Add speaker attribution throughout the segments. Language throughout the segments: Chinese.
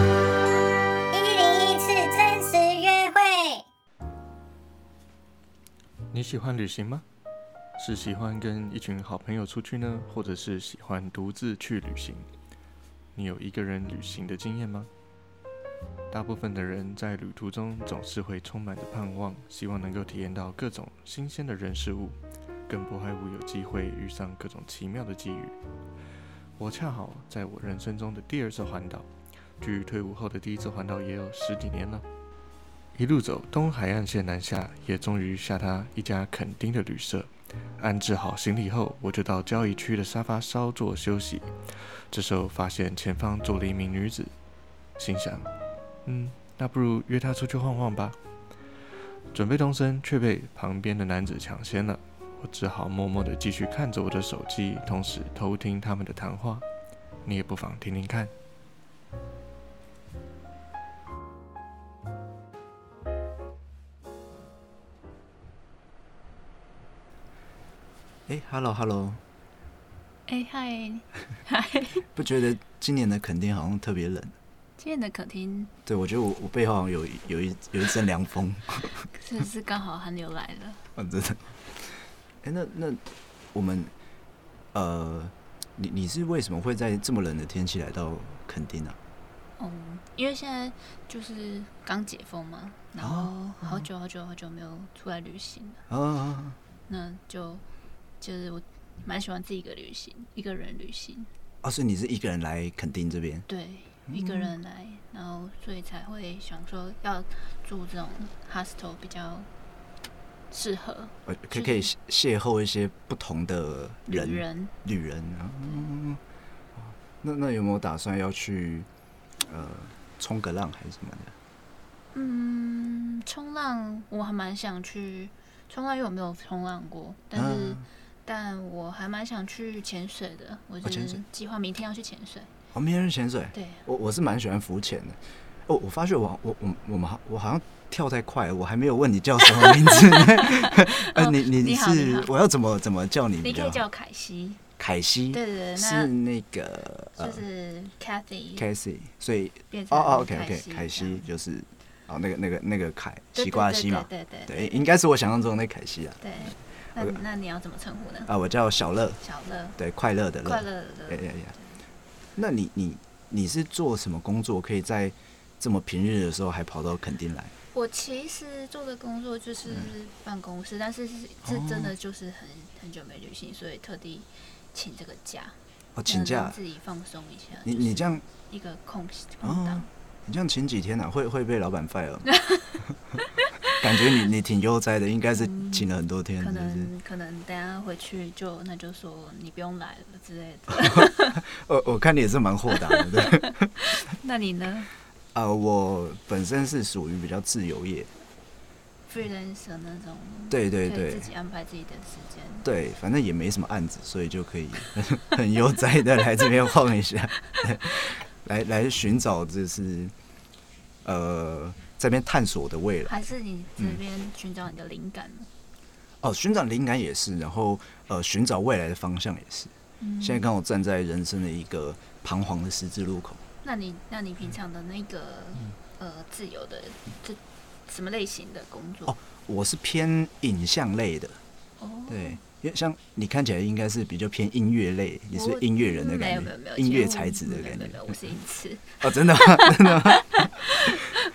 Speaker 1: 一零一次真实约会。
Speaker 2: 你喜欢旅行吗？是喜欢跟一群好朋友出去呢，或者是喜欢独自去旅行？你有一个人旅行的经验吗？大部分的人在旅途中总是会充满着盼望，希望能够体验到各种新鲜的人事物，更不外乎有机会遇上各种奇妙的际遇。我恰好在我人生中的第二次环岛，距退伍后的第一次环岛也有十几年了。一路走东海岸线南下，也终于下榻一家垦丁的旅社。安置好行李后，我就到交易区的沙发稍作休息。这时候发现前方坐了一名女子，心想：嗯，那不如约她出去晃晃吧。准备动身，却被旁边的男子抢先了。我只好默默地继续看着我的手机，同时偷听他们的谈话。你也不妨听听看。
Speaker 3: 哎、h e l l o Hello，
Speaker 4: 哎嗨嗨，
Speaker 3: 不觉得今年的垦丁好像特别冷？
Speaker 4: 今天的客厅
Speaker 3: 对，我觉得我我背后好像有一有一有一阵凉风，
Speaker 4: 真的是刚好寒流来了。
Speaker 3: 啊真的。哎、那那我们呃，你你是为什么会在这么冷的天气来到垦丁啊？
Speaker 4: 嗯，因为现在就是刚解封嘛，然后好久好久好久没有出来旅行了，
Speaker 3: 啊啊，啊
Speaker 4: 那就就是我蛮喜欢自己一个旅行，一个人旅行，
Speaker 3: 啊，所以你是一个人来垦丁这边？
Speaker 4: 对，一个人来，然后所以才会想说要住这种 hostel 比较适合
Speaker 3: 呃，可以
Speaker 4: 是
Speaker 3: 可以邂邂逅一些不同的
Speaker 4: 旅
Speaker 3: 人
Speaker 4: 人。
Speaker 3: 旅人啊。嗯那那有没有打算要去呃冲个浪还是什么的？
Speaker 4: 嗯，冲浪我还蛮想去冲浪，因为我没有冲浪过，但是、
Speaker 3: 啊
Speaker 4: 但我还蛮想去潜水的。我
Speaker 3: 哦潜
Speaker 4: 就
Speaker 3: 水
Speaker 4: 是计划明天要去潜水。
Speaker 3: 哦，没人潜水。
Speaker 4: 对，
Speaker 3: 我我是蛮喜欢浮潜的。哦，我发觉我我我我们好我好像跳太快了，我还没有问你叫什么名字。 呃，你
Speaker 4: 哦你好你
Speaker 3: 是
Speaker 4: 好
Speaker 3: 我要怎么怎么叫你比
Speaker 4: 你
Speaker 3: 较
Speaker 4: 可
Speaker 3: 好？
Speaker 4: 以叫凯西。
Speaker 3: 凯西，
Speaker 4: 对对对，
Speaker 3: 是
Speaker 4: 那
Speaker 3: 那个呃
Speaker 4: 就是 Cathy
Speaker 3: Casey，所以
Speaker 4: 变成
Speaker 3: 哦哦，OK OK，
Speaker 4: 西
Speaker 3: 凯
Speaker 4: 这
Speaker 3: 西
Speaker 4: 样
Speaker 3: 就是哦那个那个那个凯
Speaker 4: 对
Speaker 3: 西瓜的
Speaker 4: 对
Speaker 3: 西嘛，
Speaker 4: 对对对
Speaker 3: 对，应该是我想象中的凯西啊。
Speaker 4: 对。那那你要怎么称呼呢？
Speaker 3: 啊，我叫小乐，
Speaker 4: 小乐，
Speaker 3: 对，快乐的乐，
Speaker 4: 快乐的
Speaker 3: 哎
Speaker 4: 乐。
Speaker 3: 呀呀！那你你你是做什么工作？可以在这么平日的时候还跑到垦丁来？
Speaker 4: 我其实做的工作就是
Speaker 3: 嗯
Speaker 4: 办公室，但是是是真
Speaker 3: 哦
Speaker 4: 的就是很很久没旅行，所以特地请这个假。
Speaker 3: 哦，请
Speaker 4: 要
Speaker 3: 假
Speaker 4: 让？自己放松一下。
Speaker 3: 你
Speaker 4: 就是
Speaker 3: 你这样
Speaker 4: 一个空空档
Speaker 3: 哦，，你这样请几天啊？会会被老板 fire 吗？ 感觉你你挺悠哉的，应该是请了很多天，
Speaker 4: 嗯可
Speaker 3: 是不是？
Speaker 4: 能可能等下回去就那就说你不用来了之类 的。
Speaker 3: 我我看你也是蛮豁达的， 对。
Speaker 4: 那你呢
Speaker 3: 呃，我本身是属于比较自由业，
Speaker 4: ？freelancer 那种
Speaker 3: 对对
Speaker 4: 可以
Speaker 3: 对
Speaker 4: 自己安排自己的时间。
Speaker 3: 对，反正也没什么案子，所以就可以 很悠哉的来这边晃一下， 来来寻找就是呃这边探索的未来。
Speaker 4: 还是你这边寻找你的灵感呢？
Speaker 3: 哦，寻找灵感也是，然后呃，寻找未来的方向也是。
Speaker 4: 嗯
Speaker 3: 现在刚好站在人生的一个彷徨的十字路口。
Speaker 4: 那你那你平常的那个
Speaker 3: 嗯
Speaker 4: 呃自由的这什么类型的工作
Speaker 3: 哦？我是偏影像类的，
Speaker 4: 哦，
Speaker 3: 对，因为像你看起来应该是比较偏音乐类，你是
Speaker 4: 我嗯
Speaker 3: 音乐人的
Speaker 4: 没有
Speaker 3: 感
Speaker 4: 没有没
Speaker 3: 觉，
Speaker 4: 有
Speaker 3: 音乐
Speaker 4: 其实我
Speaker 3: 才子的
Speaker 4: 没有
Speaker 3: 感
Speaker 4: 没
Speaker 3: 觉
Speaker 4: 有没有我是音 痴，
Speaker 3: 哦，真的吗？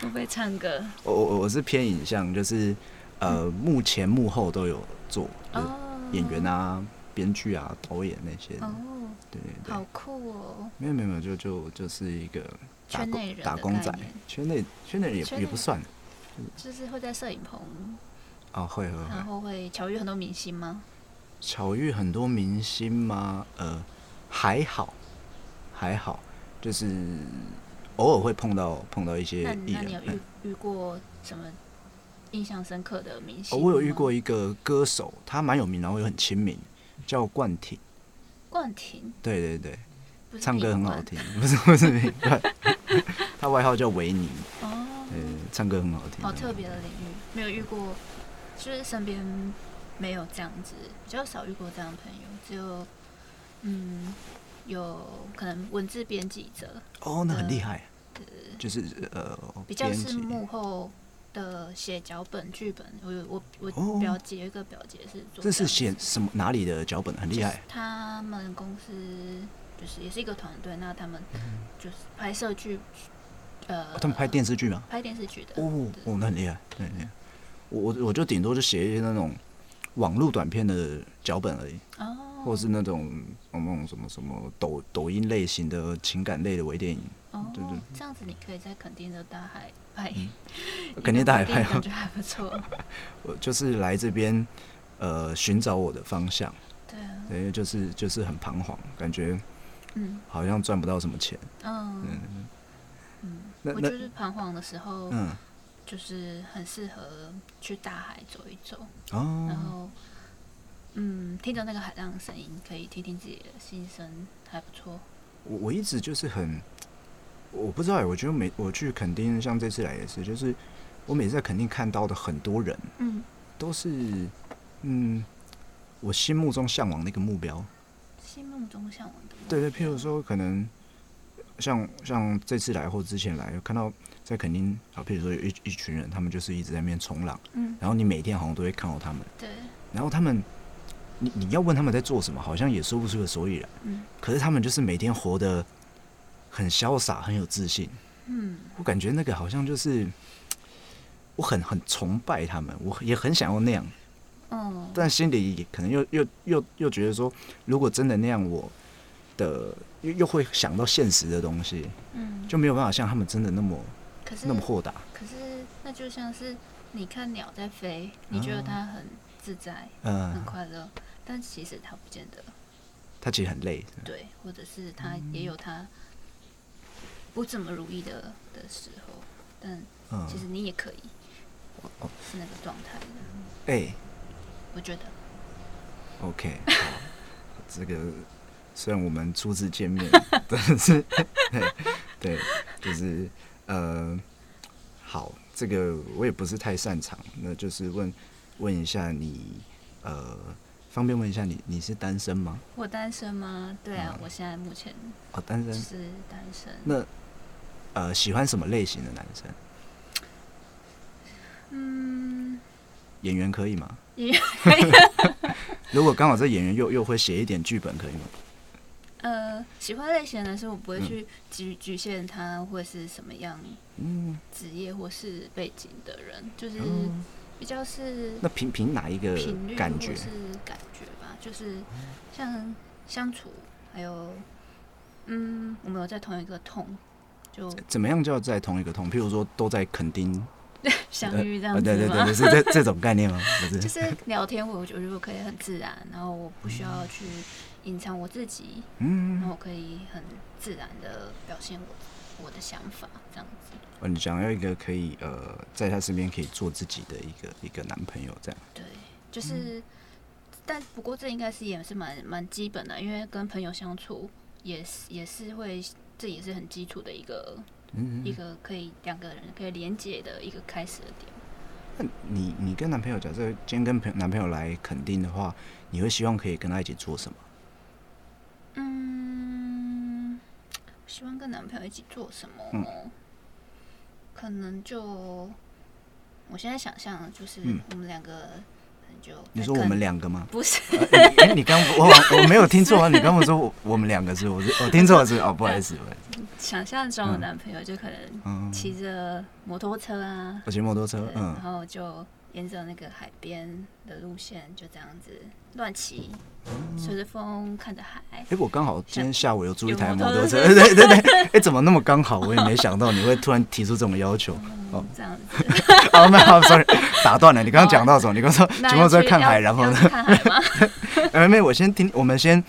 Speaker 4: 我会唱歌
Speaker 3: 我我我是偏影像，就是呃，幕前幕后都有做，就是
Speaker 4: 嗯哦，
Speaker 3: 演员啊、编剧啊、导演那些的，
Speaker 4: 哦，
Speaker 3: 对对对
Speaker 4: 好。酷哦。
Speaker 3: 没有没有没有，就就就是一个打
Speaker 4: 圈内
Speaker 3: 工
Speaker 4: 人的
Speaker 3: 打工仔
Speaker 4: 概念，
Speaker 3: 圈内圈内人也
Speaker 4: 圈内
Speaker 3: 也不算
Speaker 4: 就是会在摄影棚，
Speaker 3: 哦，会会
Speaker 4: 然
Speaker 3: 会。
Speaker 4: 后会巧遇很多明星吗？
Speaker 3: 巧遇很多明星吗？呃，还好，还好，就是偶尔会碰到碰到一些
Speaker 4: 那
Speaker 3: 艺
Speaker 4: 你那你有
Speaker 3: 人。嗯
Speaker 4: 遇遇过什么印象深刻的明星
Speaker 3: 哦，
Speaker 4: 吗？
Speaker 3: 我有遇过一个歌手，他蛮有名，然后又很亲民，叫冠廷。
Speaker 4: 冠廷，
Speaker 3: 对对对，
Speaker 4: 不是
Speaker 3: 唱歌
Speaker 4: 品
Speaker 3: 很好
Speaker 4: 冠
Speaker 3: 听，不是 不是品冠，他外号叫维尼，对，
Speaker 4: 哦，
Speaker 3: 唱歌很好听。
Speaker 4: 好特别的领域，没有遇过，就是身边没有这样子，比较少遇过这样的朋友，只有嗯，有可能文字编辑者，
Speaker 3: 哦，那很厉害，
Speaker 4: 嗯对
Speaker 3: 就是呃，
Speaker 4: 比较
Speaker 3: 编
Speaker 4: 是
Speaker 3: 辑
Speaker 4: 幕后的写脚本、剧本。我有我
Speaker 3: 哦
Speaker 4: 我表姐有一个表姐是做
Speaker 3: 这是
Speaker 4: 样
Speaker 3: 写什么哪里的脚本？很厉害，
Speaker 4: 他们公司就是也是一个团队，那他们就是拍摄剧，呃，
Speaker 3: 嗯哦他们拍电视剧吗？
Speaker 4: 拍电视剧的，
Speaker 3: 哦，哦，那很厉害，那很厉害。我我我就顶多就写一些那种网络短片的脚本而已，
Speaker 4: 哦，
Speaker 3: 或者是那种那种什么什么抖抖音类型的情感类的微电影，
Speaker 4: 哦
Speaker 3: 对对，
Speaker 4: 这样子你可以在垦丁的大海拍，
Speaker 3: 肯定嗯大海
Speaker 4: 一个
Speaker 3: 拍啊
Speaker 4: 垦丁感觉还不错，
Speaker 3: 我就是来这边呃寻找我的方向，
Speaker 4: 对啊，
Speaker 3: 对，就是就是很彷徨，感觉
Speaker 4: 嗯
Speaker 3: 好像赚不到什么钱。
Speaker 4: 嗯嗯，
Speaker 3: 那
Speaker 4: 我
Speaker 3: 那
Speaker 4: 就是彷徨的时候，
Speaker 3: 嗯，
Speaker 4: 就是很适合去大海走一走，然
Speaker 3: 哦，
Speaker 4: 后。嗯，听着那个海浪的声音，可以听听自己的心声，还不错。
Speaker 3: 我我一直就是很，我不知道欸，我觉得每我去垦丁，像这次来也是，就是我每次在垦丁看到的很多人
Speaker 4: 嗯，
Speaker 3: 都是，嗯，我心目中向往的一个目标。
Speaker 4: 心目中向往的。
Speaker 3: 对对，譬如说可能像像这次来或之前来，看到在垦丁啊，譬如说有一一群人，他们就是一直在那边冲浪，
Speaker 4: 嗯，
Speaker 3: 然后你每天好像都会看到他们，
Speaker 4: 对，
Speaker 3: 然后他们，你你要问他们在做什么，好像也说不出个所以然。
Speaker 4: 嗯
Speaker 3: 可是他们就是每天活得很潇洒，很有自信。
Speaker 4: 嗯，
Speaker 3: 我感觉那个好像就是，我很很崇拜他们，我也很想要那样，
Speaker 4: 哦，
Speaker 3: 但心里也可能又又又又觉得说，如果真的那样，我的又又会想到现实的东西，
Speaker 4: 嗯，
Speaker 3: 就没有办法像他们真的那么
Speaker 4: 可是
Speaker 3: 那么豁达。
Speaker 4: 可是那就像是你看鸟在飞，你觉得它
Speaker 3: 啊
Speaker 4: 很自在、
Speaker 3: 嗯、
Speaker 4: 很快乐，但其实它不见得
Speaker 3: 他其实很累，
Speaker 4: 对，或者是它也有它不怎么如意的的时候，但
Speaker 3: 嗯，
Speaker 4: 其实你也可以
Speaker 3: 哦
Speaker 4: 是那个状态的，
Speaker 3: 哎、
Speaker 4: 我觉得
Speaker 3: OK，好，这个虽然我们初次见 面，但是对，就是呃，好，这个我也不是太擅长，那就是问问一下你，呃，方便问一下你，你是单身吗？
Speaker 4: 我单身吗？对啊，
Speaker 3: 嗯
Speaker 4: 我现在目前
Speaker 3: 哦，单
Speaker 4: 就
Speaker 3: 身。
Speaker 4: 是单身。
Speaker 3: 那呃，喜欢什么类型的男生？
Speaker 4: 嗯，
Speaker 3: 演员可以吗？
Speaker 4: 演员
Speaker 3: 如果刚好这演员又又会写一点剧本，可以吗？
Speaker 4: 呃，喜欢类型的男生，我不会
Speaker 3: 嗯
Speaker 4: 去局局限他会是什么样
Speaker 3: 嗯，
Speaker 4: 职业或是背景的人，就是
Speaker 3: 哦
Speaker 4: 比较是
Speaker 3: 那凭凭哪一个
Speaker 4: 频率
Speaker 3: 感
Speaker 4: 或
Speaker 3: 觉？
Speaker 4: 是感觉吧，就是像相处，还有嗯，我们有在同一个痛，就
Speaker 3: 怎么样叫在同一个同？譬如说都在垦丁
Speaker 4: 相遇这样
Speaker 3: 呃对
Speaker 4: 子
Speaker 3: 对对
Speaker 4: 嘛
Speaker 3: 对，。是这这种概 念吗？不，
Speaker 4: 就是是聊天，我觉得我可以很自然，然后我不需要去隐藏我自己，然
Speaker 3: 嗯
Speaker 4: 后，我可以很自然的表现我我的想法，这样子。
Speaker 3: 哦你想要一个可以呃，在他身边可以做自己的一个一个男朋友这样。
Speaker 4: 对，
Speaker 3: 嗯
Speaker 4: 就是，但不过这应该是也是蛮蛮基本的，因为跟朋友相处也是也是会，这也是很基础的一个、一
Speaker 3: 嗯，
Speaker 4: 个可以两个人可以连接的一个开始的点。
Speaker 3: 那你你跟男朋友，假设今天跟朋男朋友来垦丁的话，你会希望可以跟他一起做什么？
Speaker 4: 嗯，希望跟男朋友一起做什么哦？
Speaker 3: 嗯
Speaker 4: 可能就我现在想象就是
Speaker 3: 嗯
Speaker 4: 我们两个可能就
Speaker 3: 你
Speaker 4: 在
Speaker 3: 说我
Speaker 4: 跟
Speaker 3: 们两个吗？
Speaker 4: 不是
Speaker 3: 呃你哎 你刚我我我没有听错啊，你刚刚说我我们两个是，我是我听错了是哦，不好意思，不好意思，
Speaker 4: 想象中的
Speaker 3: 嗯
Speaker 4: 男朋友，就可能
Speaker 3: 嗯，
Speaker 4: 骑着摩托车啊，
Speaker 3: 我骑摩托车
Speaker 4: 对，
Speaker 3: 嗯
Speaker 4: 然，后就沿着那个海边的路线，就这样子乱骑，
Speaker 3: 嗯
Speaker 4: 吹着风，看着海。
Speaker 3: 哎，我刚好今天下午有租一台
Speaker 4: 有
Speaker 3: 摩
Speaker 4: 摩
Speaker 3: 托
Speaker 4: 托
Speaker 3: 车
Speaker 4: 车，
Speaker 3: 对对对，哎，怎么那么刚好？我也没想到你会突然提出这种要求。哦
Speaker 4: 嗯，这样 子。
Speaker 3: 哦，没有，sorry，打断了。你刚刚讲到什么？你刚说
Speaker 4: 那
Speaker 3: 请问
Speaker 4: 要
Speaker 3: 在
Speaker 4: 去
Speaker 3: 看海，
Speaker 4: 要
Speaker 3: 然后
Speaker 4: 要
Speaker 3: 呢？
Speaker 4: 去看海 吗？
Speaker 3: 呃，没有，我先听，我们先，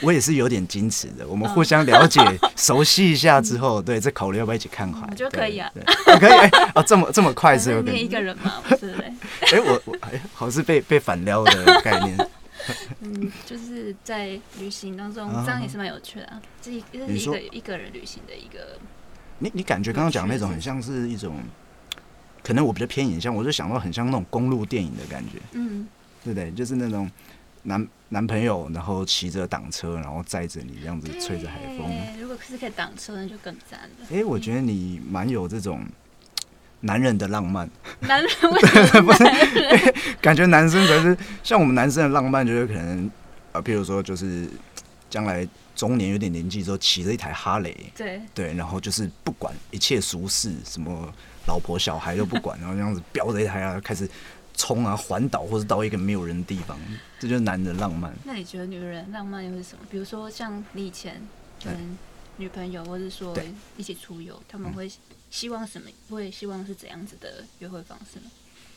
Speaker 3: 我也是有点矜持的。我们
Speaker 4: 嗯
Speaker 3: 互相了解、熟悉一下之后，对，再考虑要不要一起看海。
Speaker 4: 我觉得可以啊
Speaker 3: 对，对可以。哎，哦，这么这么快
Speaker 4: 还
Speaker 3: 是
Speaker 4: 是
Speaker 3: 有
Speaker 4: 你
Speaker 3: 可
Speaker 4: 也一
Speaker 3: 以。
Speaker 4: 个人嘛，对不对？
Speaker 3: 哎，我我哎，好像是被被反撩的概念。
Speaker 4: 嗯，就是在旅行当中
Speaker 3: 啊，
Speaker 4: 这样也是蛮有趣的、啊。这一这是
Speaker 3: 你
Speaker 4: 一
Speaker 3: 说
Speaker 4: 个一个人旅行的一个，
Speaker 3: 你你感觉刚刚讲那种很像是一种，可能我比较偏影像，我就想到很像那种公路电影的感觉，
Speaker 4: 嗯，
Speaker 3: 对不对？就是那种男男朋友，然后骑着挡车，然后载着你这样子
Speaker 4: 对
Speaker 3: 吹着海风。
Speaker 4: 如果是可以挡车，那就更赞了。
Speaker 3: 哎、我觉得你蛮有这种男人的浪漫，
Speaker 4: 男人为什么
Speaker 3: 感觉男生可是像我们男生的浪漫，就是可能呃，譬如说就是将来中年有点年纪之后，骑着一台哈雷，
Speaker 4: 对
Speaker 3: 对，然后就是不管一切俗事，什么老婆小孩都不管，然后这样子飙着一台啊，开始冲啊，环岛或者到一个没有人的地方，这就是男人浪漫。
Speaker 4: 那你觉得女人浪漫又是什么？比如说像你以前跟女朋友，或者说
Speaker 3: 对
Speaker 4: 一起出游，他们会希望什么？会希望是怎样子的约会方式呢？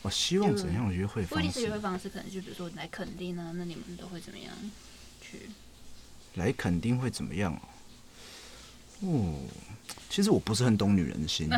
Speaker 3: 我希望怎样的约会
Speaker 4: 不
Speaker 3: 方
Speaker 4: 一定是约
Speaker 3: 式
Speaker 4: 会？方式，可能就比如说你来垦丁呢，那你们都会怎么样去？
Speaker 3: 来肯定会怎么样哦？哦，其实我不是很懂女人的 心。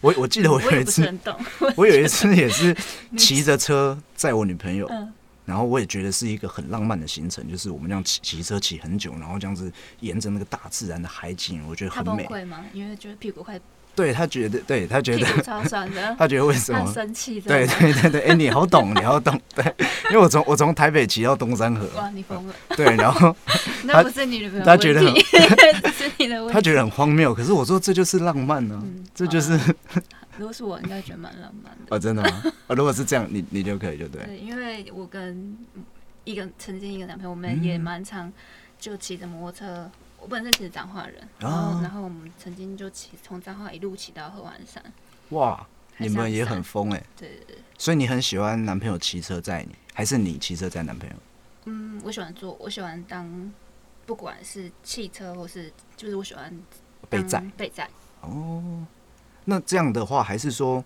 Speaker 3: 我我记得我
Speaker 4: 我
Speaker 3: 有
Speaker 4: 也
Speaker 3: 一
Speaker 4: 不是
Speaker 3: 次，
Speaker 4: 很懂。
Speaker 3: 我有一次也是 骑着车载我女朋友，
Speaker 4: 嗯，
Speaker 3: 然后我也觉得是一个很浪漫的行程，就是我们这样骑骑车骑很久，然后这样子沿着那个大自然的海景，我觉得
Speaker 4: 他
Speaker 3: 很
Speaker 4: 崩
Speaker 3: 美。
Speaker 4: 溃吗？因为觉得屁股快，
Speaker 3: 对他觉得，对他觉
Speaker 4: 屁
Speaker 3: 得，，
Speaker 4: 股超酸的
Speaker 3: 他觉得为什
Speaker 4: 他很
Speaker 3: 么？
Speaker 4: 生气的。
Speaker 3: 对对对对，哎、你好懂，你好懂，对，因为我从我从台北骑到东山河，
Speaker 4: 哇，你疯了！
Speaker 3: 对，然后
Speaker 4: 那不是你女朋友
Speaker 3: 他觉得
Speaker 4: 问题 是你的问题。
Speaker 3: 他觉得很荒谬，可是我说这就是浪漫呢、
Speaker 4: 嗯
Speaker 3: 这就是
Speaker 4: 如果是我，应该觉得蛮浪漫的。
Speaker 3: 哦，真的吗？啊，如果是这样，你你就可以，就对，
Speaker 4: 对，因为我跟一个曾经一个男朋友，我
Speaker 3: 嗯
Speaker 4: 们也蛮常就骑着摩托车。我本身其实彰化人，然后、
Speaker 3: 哦
Speaker 4: 然后我们曾经就骑从彰化一路骑到合欢山，
Speaker 3: 哇，你们也
Speaker 4: 海
Speaker 3: 很
Speaker 4: 上
Speaker 3: 疯哎、
Speaker 4: 山对对对，
Speaker 3: 所以你很喜欢男朋友骑车载你，还是你骑车载男朋友？
Speaker 4: 嗯，我喜欢做，我喜欢当，不管是汽车或是就是我喜欢
Speaker 3: 被
Speaker 4: 当
Speaker 3: 载
Speaker 4: 被载，
Speaker 3: 哦，那这样的话，还是说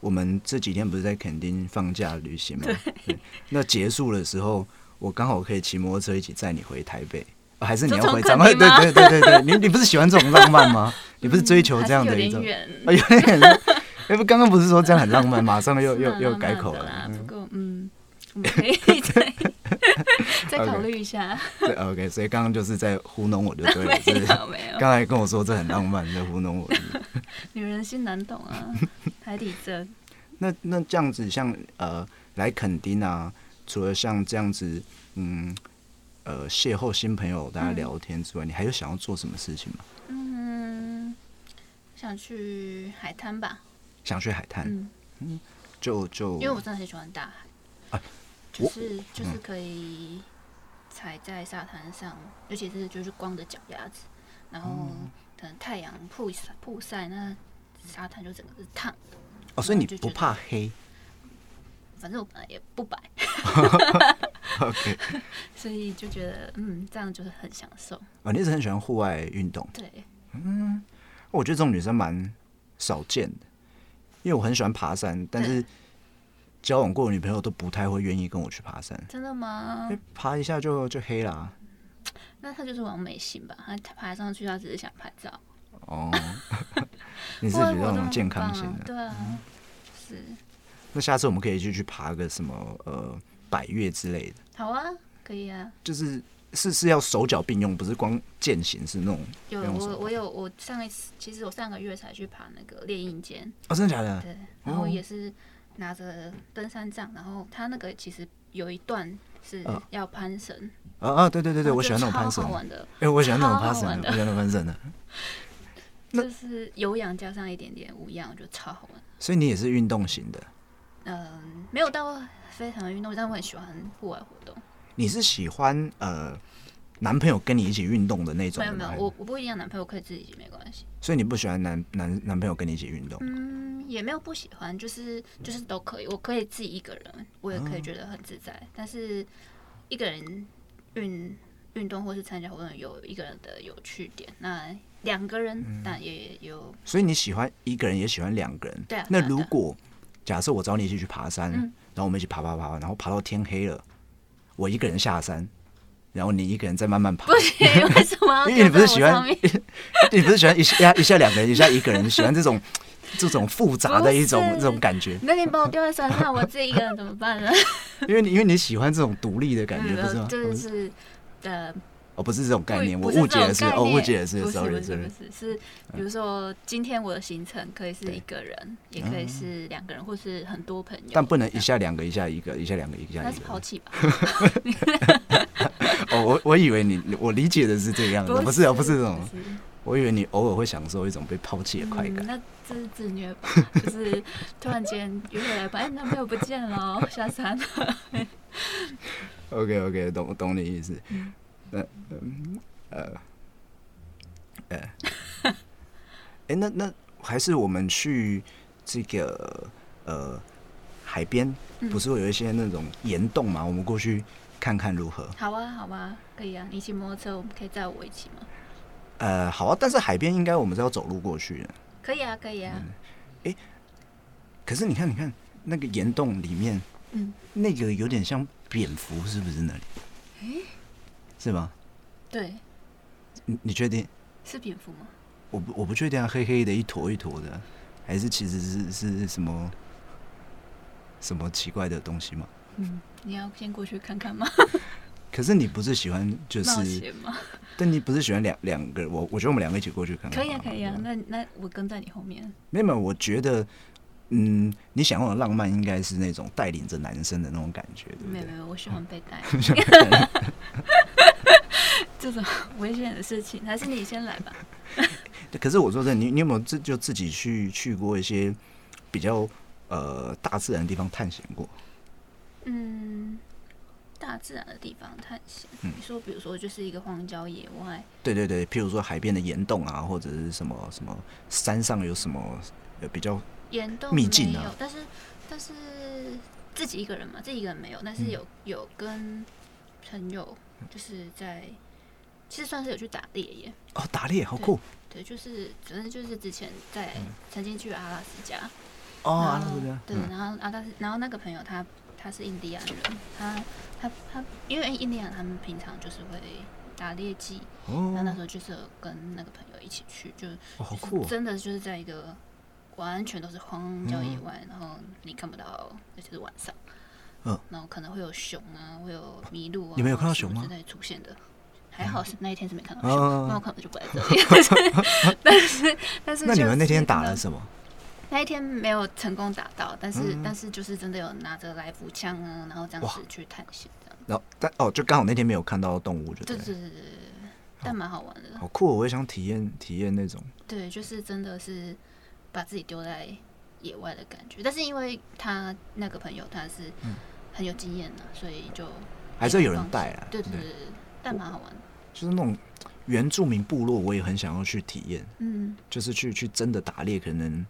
Speaker 3: 我们这几天不是在垦丁放假旅行吗？对。那结束的时候，我刚好可以骑摩托车一起载你回台北，啊还是你
Speaker 4: 就
Speaker 3: 要
Speaker 4: 从
Speaker 3: 回彰化？
Speaker 4: 垦
Speaker 3: 对
Speaker 4: 丁吗
Speaker 3: 对对对对，你你不是喜欢这种浪漫 吗？你不是追求
Speaker 4: 还
Speaker 3: 这样
Speaker 4: 嗯是
Speaker 3: 的
Speaker 4: 有
Speaker 3: 一
Speaker 4: 点
Speaker 3: 种？
Speaker 4: 远，
Speaker 3: 啊，有点。 哎，不，刚刚不是说这样很浪漫，马上又
Speaker 4: 是
Speaker 3: 又
Speaker 4: 蛮
Speaker 3: 又
Speaker 4: 浪
Speaker 3: 改
Speaker 4: 漫
Speaker 3: 口
Speaker 4: 的
Speaker 3: 了
Speaker 4: 啦。不过嗯，我们可以再再考
Speaker 3: OK
Speaker 4: 虑一下，
Speaker 3: 对，OK，所以刚刚就是在糊弄我就对 了，
Speaker 4: 没
Speaker 3: 就是
Speaker 4: 有没有，
Speaker 3: 刚才跟我说这很浪漫，在糊弄我。
Speaker 4: 女人心难懂 啊，海底针。
Speaker 3: 那那这样子像呃来垦丁啊，除了像这样子，嗯，呃邂逅新朋友，大家
Speaker 4: 嗯
Speaker 3: 聊天之外，你还有想要做什么事情吗？
Speaker 4: 嗯，想去海滩吧。
Speaker 3: 想去海滩，
Speaker 4: 嗯，
Speaker 3: 就就
Speaker 4: 因为我真的很喜欢大海，
Speaker 3: 啊嗯
Speaker 4: 就是就是可以踩在沙滩上，尤其是就是光着脚丫子，然后
Speaker 3: 嗯
Speaker 4: 可能太阳曝晒曝晒，那沙滩就整个是烫的。
Speaker 3: 哦，所以你
Speaker 4: 就
Speaker 3: 不
Speaker 4: 觉得
Speaker 3: 怕黑
Speaker 4: 反正我本来也不白，
Speaker 3: ？OK，
Speaker 4: 所以就觉得嗯，这样就是很享受。
Speaker 3: 哦，你一直很喜欢户外运动，哦
Speaker 4: 对，
Speaker 3: 我觉得这种女生蛮少见的，因为我很喜欢爬山，但是交往过的女朋友都不太会愿意跟我去爬山，
Speaker 4: 真的吗
Speaker 3: 因？为爬一下就就黑啦、
Speaker 4: 那他就是完美型吧？他他爬上去，他只是想拍照。
Speaker 3: 哦，你
Speaker 4: 你
Speaker 3: 是比较那种健康型的。嗯
Speaker 4: 对啊，是
Speaker 3: 那下次我们可以去去爬个什么呃百越之类的，
Speaker 4: 好啊，可以啊。
Speaker 3: 就是是是要手脚并用，不是光健行，是那种
Speaker 4: 有
Speaker 3: 不用
Speaker 4: 我
Speaker 3: 手
Speaker 4: 我有我上一次，其实我上个月才去爬那个猎鹰尖，
Speaker 3: 哦，真的假的？
Speaker 4: 对，然后
Speaker 3: 哦
Speaker 4: 也是拿着登山杖，然后它那个其实有一段是
Speaker 3: 嗯
Speaker 4: 要攀绳，
Speaker 3: 啊啊，对对对
Speaker 4: 对
Speaker 3: 对，我喜欢那种攀
Speaker 4: 哦好
Speaker 3: 绳，
Speaker 4: 玩的，
Speaker 3: 哎，我喜欢那种攀绳
Speaker 4: 超
Speaker 3: 的
Speaker 4: 好玩，的
Speaker 3: 我喜欢那种攀绳的。那
Speaker 4: 就是有氧加上一点点无氧，我觉得超好玩。
Speaker 3: 所以你也是运动型的，
Speaker 4: 嗯，没有到非常运动，但我很喜欢户外活动。
Speaker 3: 你是喜欢呃男朋友跟你一起运动的那种
Speaker 4: 没
Speaker 3: 的
Speaker 4: 有
Speaker 3: 吗？
Speaker 4: 没有，我我不一定要男朋友，可以自己没关系。
Speaker 3: 所以你不喜欢男男男朋友跟你一起运动？
Speaker 4: 嗯，也没有不喜欢，就是就是都可以，我可以自己一个人，我也可
Speaker 3: 嗯
Speaker 4: 以觉得很自在。但是一个人运运动或是参加活动有一个人的有趣点，那两个
Speaker 3: 嗯
Speaker 4: 人但也 有
Speaker 3: 所以你喜欢一个人，也喜欢两个人。
Speaker 4: 对啊
Speaker 3: 那
Speaker 4: 对啊
Speaker 3: 如
Speaker 4: 对啊
Speaker 3: 果假设我找你一起去爬山，
Speaker 4: 嗯
Speaker 3: 然后我们一起爬爬爬，然后爬到天黑了，我一个人下山，然后你一个人再慢慢爬。
Speaker 4: 不行，为什么 要
Speaker 3: 因为你不是
Speaker 4: 丢在我
Speaker 3: 喜欢
Speaker 4: 上面
Speaker 3: 你不是喜欢一下一下两个人，一下一个人，喜欢这种 这种复杂的一种
Speaker 4: 不是
Speaker 3: 这种感觉？
Speaker 4: 那你把我丢在山上，我自己一个人怎么办呢？
Speaker 3: 啊因为你因为你喜欢这种独立的感觉，不是吗？
Speaker 4: 就是呃，
Speaker 3: 哦，不是这种概念，
Speaker 4: 不
Speaker 3: 我
Speaker 4: 不是
Speaker 3: 误解了
Speaker 4: 这种概
Speaker 3: 哦，
Speaker 4: 念
Speaker 3: 误解了是
Speaker 4: 不是
Speaker 3: ，sorry
Speaker 4: 不是
Speaker 3: sorry，
Speaker 4: 不是是，比如说今天我的行程可以是
Speaker 3: 对嗯
Speaker 4: 一个人，也可以是两个人，或是很多朋友，
Speaker 3: 但不能一下两个，一下一个，一下两个，一下
Speaker 4: 那
Speaker 3: 一
Speaker 4: 是
Speaker 3: 个
Speaker 4: 抛。弃 吧？
Speaker 3: 哦，我我以为你，我理解的是这个样子，不是哦，不是这种，
Speaker 4: 不是
Speaker 3: 我以为你偶尔会享受一种被抛弃的快
Speaker 4: 嗯
Speaker 3: 感。
Speaker 4: 那这是自虐吧？ 就是突然间约会来吧，哎，男朋友不见了 哦，下山了。
Speaker 3: OK OK，懂懂你意思。那嗯呃呃，哎、那那还是我们去这个呃海边，不是会有一些那种岩洞嘛？我们过去看看如何？
Speaker 4: 好啊，好啊，可以啊，你骑摩托车，我们可以载我一起吗？
Speaker 3: 呃，好啊，但是海边应该我们是要走路过去的。
Speaker 4: 可以啊，可以
Speaker 3: 嗯
Speaker 4: 啊，
Speaker 3: 可是你看，你看那个岩洞里面，
Speaker 4: 嗯，
Speaker 3: 那个有点像蝙蝠，是不是那里？是吗？
Speaker 4: 对，
Speaker 3: 你你确定？
Speaker 4: 是蝙蝠吗？
Speaker 3: 我不我不确定啊，黑黑的一坨一坨的，还是其实是是什么什么奇怪的东西吗？
Speaker 4: 嗯，你要先过去看看吗？
Speaker 3: 可是你不是喜欢就
Speaker 4: 冒
Speaker 3: 是，
Speaker 4: 险吗？
Speaker 3: 但你不是喜欢两两个人？我我觉得我们两个一起过去看看
Speaker 4: 可
Speaker 3: 好
Speaker 4: 以
Speaker 3: 了。
Speaker 4: 啊，可以啊，那那我跟在你后面。
Speaker 3: 没有没有，我觉得，嗯，你想要的浪漫应该是那种带领着男生的那种感觉，对不
Speaker 4: 没有
Speaker 3: 对嗯
Speaker 4: 没？有，我喜欢被带。 这种危险的事情，还是你先来吧。
Speaker 3: 对可是我说真的，你你有没有自就自己去去过一些比较呃大自然的地方探险过？
Speaker 4: 嗯，大自然的地方探险。
Speaker 3: 嗯
Speaker 4: 你说，比如说，就是一个荒郊野外，
Speaker 3: 对对对，譬如说海边的岩洞啊，或者是什么什么山上有什么呃比较
Speaker 4: 岩洞没
Speaker 3: 秘
Speaker 4: 有，
Speaker 3: 境啊
Speaker 4: 但是但是自己一个人嘛，自己一个人没有，但是
Speaker 3: 嗯
Speaker 4: 有、有跟朋友，就是在其实算是有去打猎耶。
Speaker 3: 哦打猎好酷
Speaker 4: 对，就是反正就是之前在曾经去阿拉斯加，
Speaker 3: 嗯哦，
Speaker 4: 然
Speaker 3: 阿拉斯
Speaker 4: 后
Speaker 3: 加
Speaker 4: 对，然后啊，但是然后那个朋友他他是印第安人，他他他，因为印第安人他们平常就是会打猎季，
Speaker 3: 嗯
Speaker 4: 他那时
Speaker 3: 哦
Speaker 4: 候就是有跟那个朋友一起去，就
Speaker 3: 哦好
Speaker 4: 就是
Speaker 3: 酷哦
Speaker 4: 真的就是在一个完全都是荒郊野外，然后你看不到，而且是晚上，
Speaker 3: 嗯，
Speaker 4: 然后可能会有熊啊，会有麋鹿啊，
Speaker 3: 你们有看到
Speaker 4: 什么
Speaker 3: 熊吗嗯
Speaker 4: 之类出现的。还好是那一天是没看到熊，那我
Speaker 3: 哦，
Speaker 4: 可能就不在这里。但是， 但是，但是
Speaker 3: 那你
Speaker 4: 就
Speaker 3: 们那
Speaker 4: 是
Speaker 3: 天
Speaker 4: 看
Speaker 3: 打
Speaker 4: 到
Speaker 3: 了什么？
Speaker 4: 那一天没有成功打到，但是、
Speaker 3: 嗯
Speaker 4: 但是就是真的有拿着来福枪啊，然后这样
Speaker 3: 哇
Speaker 4: 子去探险，这样
Speaker 3: 然后但哦就刚好那天没有看到动物，就对
Speaker 4: 对
Speaker 3: 了，
Speaker 4: 对对对对，但蛮好玩的。
Speaker 3: 好酷哦，我也想体验体验那种
Speaker 4: 对，就是真的是把自己丢在野外的感觉。但是因为他那个朋友他是
Speaker 3: 嗯
Speaker 4: 很有经验的、所以就
Speaker 3: 还是要有人带啊，
Speaker 4: 对对对，对对但蛮好玩的。
Speaker 3: 就是那种原住民部落，我也很想要去体验，
Speaker 4: 嗯，
Speaker 3: 就是去去真的打猎，可能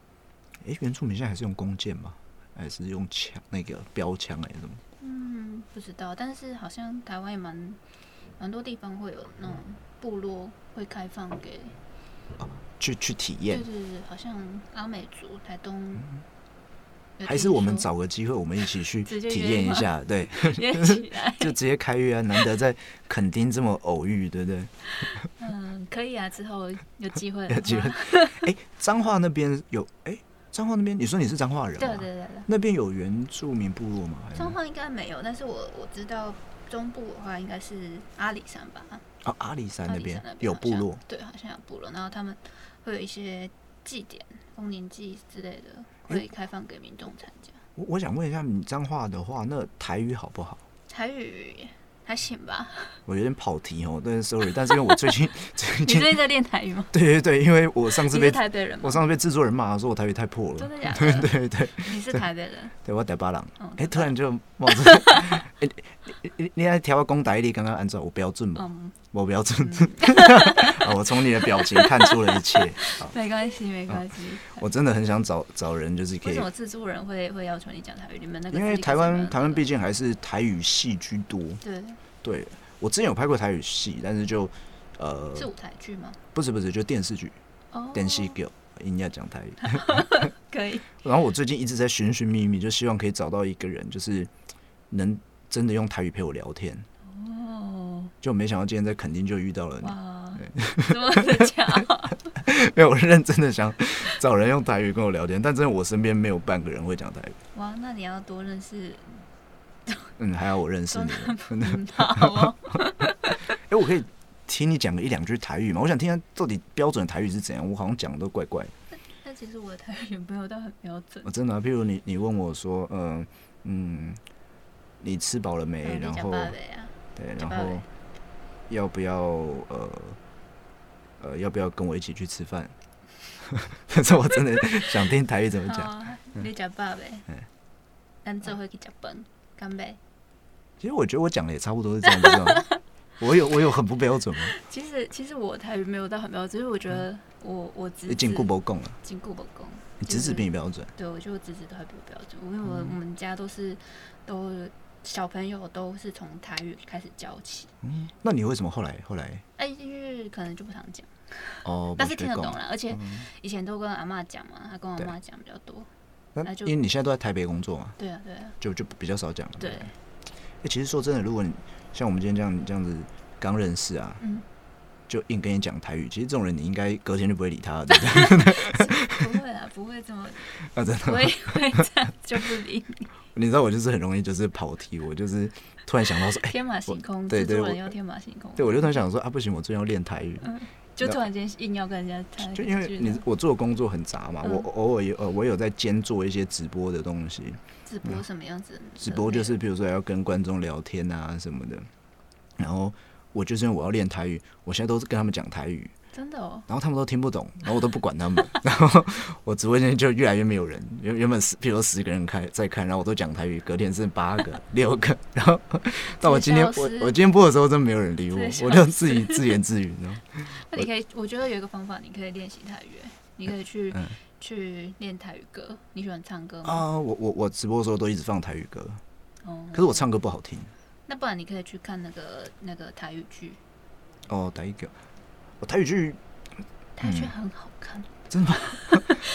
Speaker 3: 诶，原住民现在还是用弓箭吗？还是用枪那个标枪还是什么？
Speaker 4: 嗯，不知道，但是好像台湾也蛮蛮多地方会有那种
Speaker 3: 嗯
Speaker 4: 部落会开放给
Speaker 3: 去去体
Speaker 4: 对
Speaker 3: 验
Speaker 4: 对，对，好像阿美族、台东，
Speaker 3: 嗯
Speaker 4: 有
Speaker 3: 还
Speaker 4: 听
Speaker 3: 是我们
Speaker 4: 说
Speaker 3: 找个机会，我们一起去
Speaker 4: 直接约
Speaker 3: 体验一下？对，
Speaker 4: 约起来？
Speaker 3: 就直接开约啊！难得在垦丁这么偶遇，对不对？
Speaker 4: 嗯，可以啊，之后有机会
Speaker 3: 有机会
Speaker 4: 的话。
Speaker 3: 哎，彰化那边有哎，彰化那边你说你是彰化人
Speaker 4: 对
Speaker 3: 吗？
Speaker 4: 对对对，
Speaker 3: 那边有原住民部落吗？还是
Speaker 4: 彰化应该没有，但是我我知道中部的话应该是阿里山吧，
Speaker 3: 哦，阿里山
Speaker 4: 阿
Speaker 3: 那
Speaker 4: 里
Speaker 3: 边
Speaker 4: 山那边
Speaker 3: 有
Speaker 4: 好
Speaker 3: 部
Speaker 4: 像
Speaker 3: 落，，
Speaker 4: 对，好像有部落，然后他们会有一些祭典、丰年祭之类的，会开放给民众参加。
Speaker 3: 我我想问一下，你彰化的话，那台语好不好？
Speaker 4: 台语还行吧？
Speaker 3: 我有点跑题哦，但是 sorry，但是因为我最 近最
Speaker 4: 你
Speaker 3: 近
Speaker 4: 最近在练台语吗？
Speaker 3: 对 对对，因为我上
Speaker 4: 你
Speaker 3: 次
Speaker 4: 是
Speaker 3: 被
Speaker 4: 台北人吗
Speaker 3: 我？上次被制作人骂说我台语太破
Speaker 4: 真
Speaker 3: 了，
Speaker 4: 的假
Speaker 3: 对
Speaker 4: 的？
Speaker 3: 对对
Speaker 4: 你是台北人？
Speaker 3: 对，我台巴郎，
Speaker 4: 嗯
Speaker 3: 哎，突然就冒出， 哎，你你你还调个公台力，刚刚按照我标准嘛，
Speaker 4: 嗯，
Speaker 3: 我标准 啊，我从你的表情看出了一 切。好
Speaker 4: 没关系，没关系。
Speaker 3: 我真的很想找找人，就是可
Speaker 4: 为
Speaker 3: 以
Speaker 4: 什，么制作人会会要求你讲台语？你们那个
Speaker 3: 因为
Speaker 4: 自己
Speaker 3: 台
Speaker 4: 是没有
Speaker 3: 湾台湾
Speaker 4: 那个
Speaker 3: 毕竟呃还是台语戏居多，
Speaker 4: 对
Speaker 3: 对我之前有拍过台语戏，但是就呃
Speaker 4: 是舞台剧吗？
Speaker 3: 不是不是就电视剧
Speaker 4: 哦，
Speaker 3: 电视剧，应该讲台语。
Speaker 4: 可以，
Speaker 3: 然后我最近一直在寻寻觅觅，就希望可以找到一个人，就是能真的用台语陪我聊天。
Speaker 4: 哦，
Speaker 3: 就没想到今天在垦丁就遇到 了你，
Speaker 4: 哇，这么的巧，
Speaker 3: 因为我认真的想找人用台语跟我聊天，但真的我身边没有半个人会讲台语。
Speaker 4: 哇，那你要多 认识
Speaker 3: 嗯，还好我认识你了。
Speaker 4: 领导哦，
Speaker 3: 哎、我可以听你讲个一两句台语嘛，我想听他到底标准的台语是怎样，我好像讲的都怪怪的。
Speaker 4: 但其实我的台语也没有到很标 准
Speaker 3: 哦、。真的、啊，譬如你你问我说，嗯嗯，你吃饱了没？
Speaker 4: 嗯
Speaker 3: 哎然
Speaker 4: 你讲
Speaker 3: 后
Speaker 4: 八北啊，
Speaker 3: 对，
Speaker 4: 讲
Speaker 3: 然
Speaker 4: 八
Speaker 3: 后
Speaker 4: 尾
Speaker 3: 要不要呃呃要不要跟我一起去吃饭？ 但是我真的想听台语怎么讲。
Speaker 4: 好，啊你讲八北
Speaker 3: 嗯，
Speaker 4: 咱这会去讲饭，干杯。
Speaker 3: 其实我觉得我讲的也差不多是这样，你知道吗？ 我有我有很不标准啊吗？
Speaker 4: 其实其实我台语没有到很标准，因为我觉得我我侄
Speaker 3: 嗯你
Speaker 4: 子
Speaker 3: 进顾不供了，
Speaker 4: 紧固不公，
Speaker 3: 你侄子比你标准。
Speaker 4: 对我觉得我侄子都还比我标准，因为我
Speaker 3: 嗯
Speaker 4: 我们家都是都小朋友都是从台语开始教起，
Speaker 3: 嗯，那你为什么后来后来
Speaker 4: 哎，因为可能就不常讲，
Speaker 3: 哦？
Speaker 4: 但是听得
Speaker 3: 没
Speaker 4: 懂
Speaker 3: 学嗯
Speaker 4: 啦，而且以前都跟阿嬷讲嘛，他跟我阿嬷讲比较多，
Speaker 3: 过。那
Speaker 4: 那就
Speaker 3: 因为你现在都在台北工作嘛，
Speaker 4: 对啊对啊
Speaker 3: 就就比较少讲了。
Speaker 4: 对，啊
Speaker 3: 欸，其实说真的，如果你像我们今天这样这样子刚认识啊，
Speaker 4: 嗯
Speaker 3: 就硬跟你讲台语，其实这种人你应该隔天就不会理他了， 对不对？
Speaker 4: 不会啦，不会这么，
Speaker 3: 啊，真的
Speaker 4: 不
Speaker 3: 吗，
Speaker 4: 会会这样就不 理你，
Speaker 3: 你知道我就是很容易就是跑题，我就是突然想到说，哎、
Speaker 4: 天马行空，
Speaker 3: 对
Speaker 4: 制
Speaker 3: 对
Speaker 4: 作人
Speaker 3: 我
Speaker 4: 要天马行空，
Speaker 3: 对我就突然想说啊，不行，我最近要练台语，
Speaker 4: 就突然间硬要跟人家谈，
Speaker 3: 就因为
Speaker 4: 就是
Speaker 3: 你我做的工作很杂嘛，
Speaker 4: 嗯
Speaker 3: 我偶尔有呃，我有在兼做一些直播的东西，
Speaker 4: 直播什么样子的内
Speaker 3: 嗯
Speaker 4: 容，
Speaker 3: 直播就是比如说要跟观众聊天啊什么的，然后我就是因为我要练台语，我现在都是跟他们讲台语，
Speaker 4: 真的哦，
Speaker 3: 然后他们都听不懂，然后我都不管他 们，然后我直播间就越来越没有人，原原本十，譬如说十个人看在看，然后我都讲台语，隔天剩八个、六个，然 后到我今天我
Speaker 4: 消失
Speaker 3: 我今天播的时候，真没有人理我
Speaker 4: 直接消，失
Speaker 3: 我就自己自言自语，然后
Speaker 4: 那你可以，我觉得有一个方法，你可以练习台语欸，你可以去、
Speaker 3: 嗯
Speaker 4: 去练台语歌。你喜欢唱歌吗？
Speaker 3: 啊，我我我直播的时候都一直放台语歌，
Speaker 4: 哦，
Speaker 3: 可是我唱歌不好听
Speaker 4: 那不然你可以去看那个那个台语剧，
Speaker 3: 哦，台语歌，我台语 剧
Speaker 4: 台语剧很好看，
Speaker 3: 嗯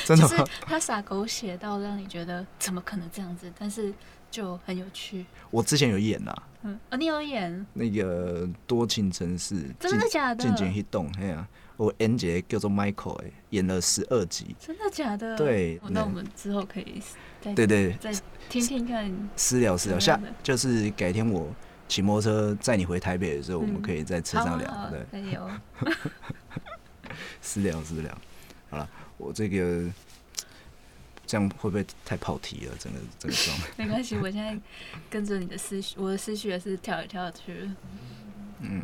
Speaker 3: 真
Speaker 4: 就
Speaker 3: 的
Speaker 4: 是
Speaker 3: 吗
Speaker 4: 他撒狗血到让你觉得怎么可能这样子，但是就很有趣。
Speaker 3: 我之前有演呐、啊，
Speaker 4: 嗯，哦，你有演，
Speaker 3: 那个多情城市，
Speaker 4: 真的假的？
Speaker 3: 进前一动，嘿啊，我 N 姐叫做 Michael，、欸、演了十二集，
Speaker 4: 真的假的？
Speaker 3: 对
Speaker 4: 哦那
Speaker 3: 那
Speaker 4: 我们之后可以再
Speaker 3: 对对
Speaker 4: 再听听看。
Speaker 3: 私聊私聊，
Speaker 4: 怎么
Speaker 3: 下
Speaker 4: 样的
Speaker 3: 就是改天我骑摩托车载你回台北的时候，我们
Speaker 4: 嗯
Speaker 3: 可以在车
Speaker 4: 好
Speaker 3: 上
Speaker 4: 好
Speaker 3: 聊，
Speaker 4: 好
Speaker 3: 对，
Speaker 4: 可以哦。
Speaker 3: 私聊私聊。好了，我这个这样会不会太跑题了？整个整个状态，
Speaker 4: 没 关系，我现在跟着你的思绪，我的思绪也是跳来跳去的。
Speaker 3: 嗯。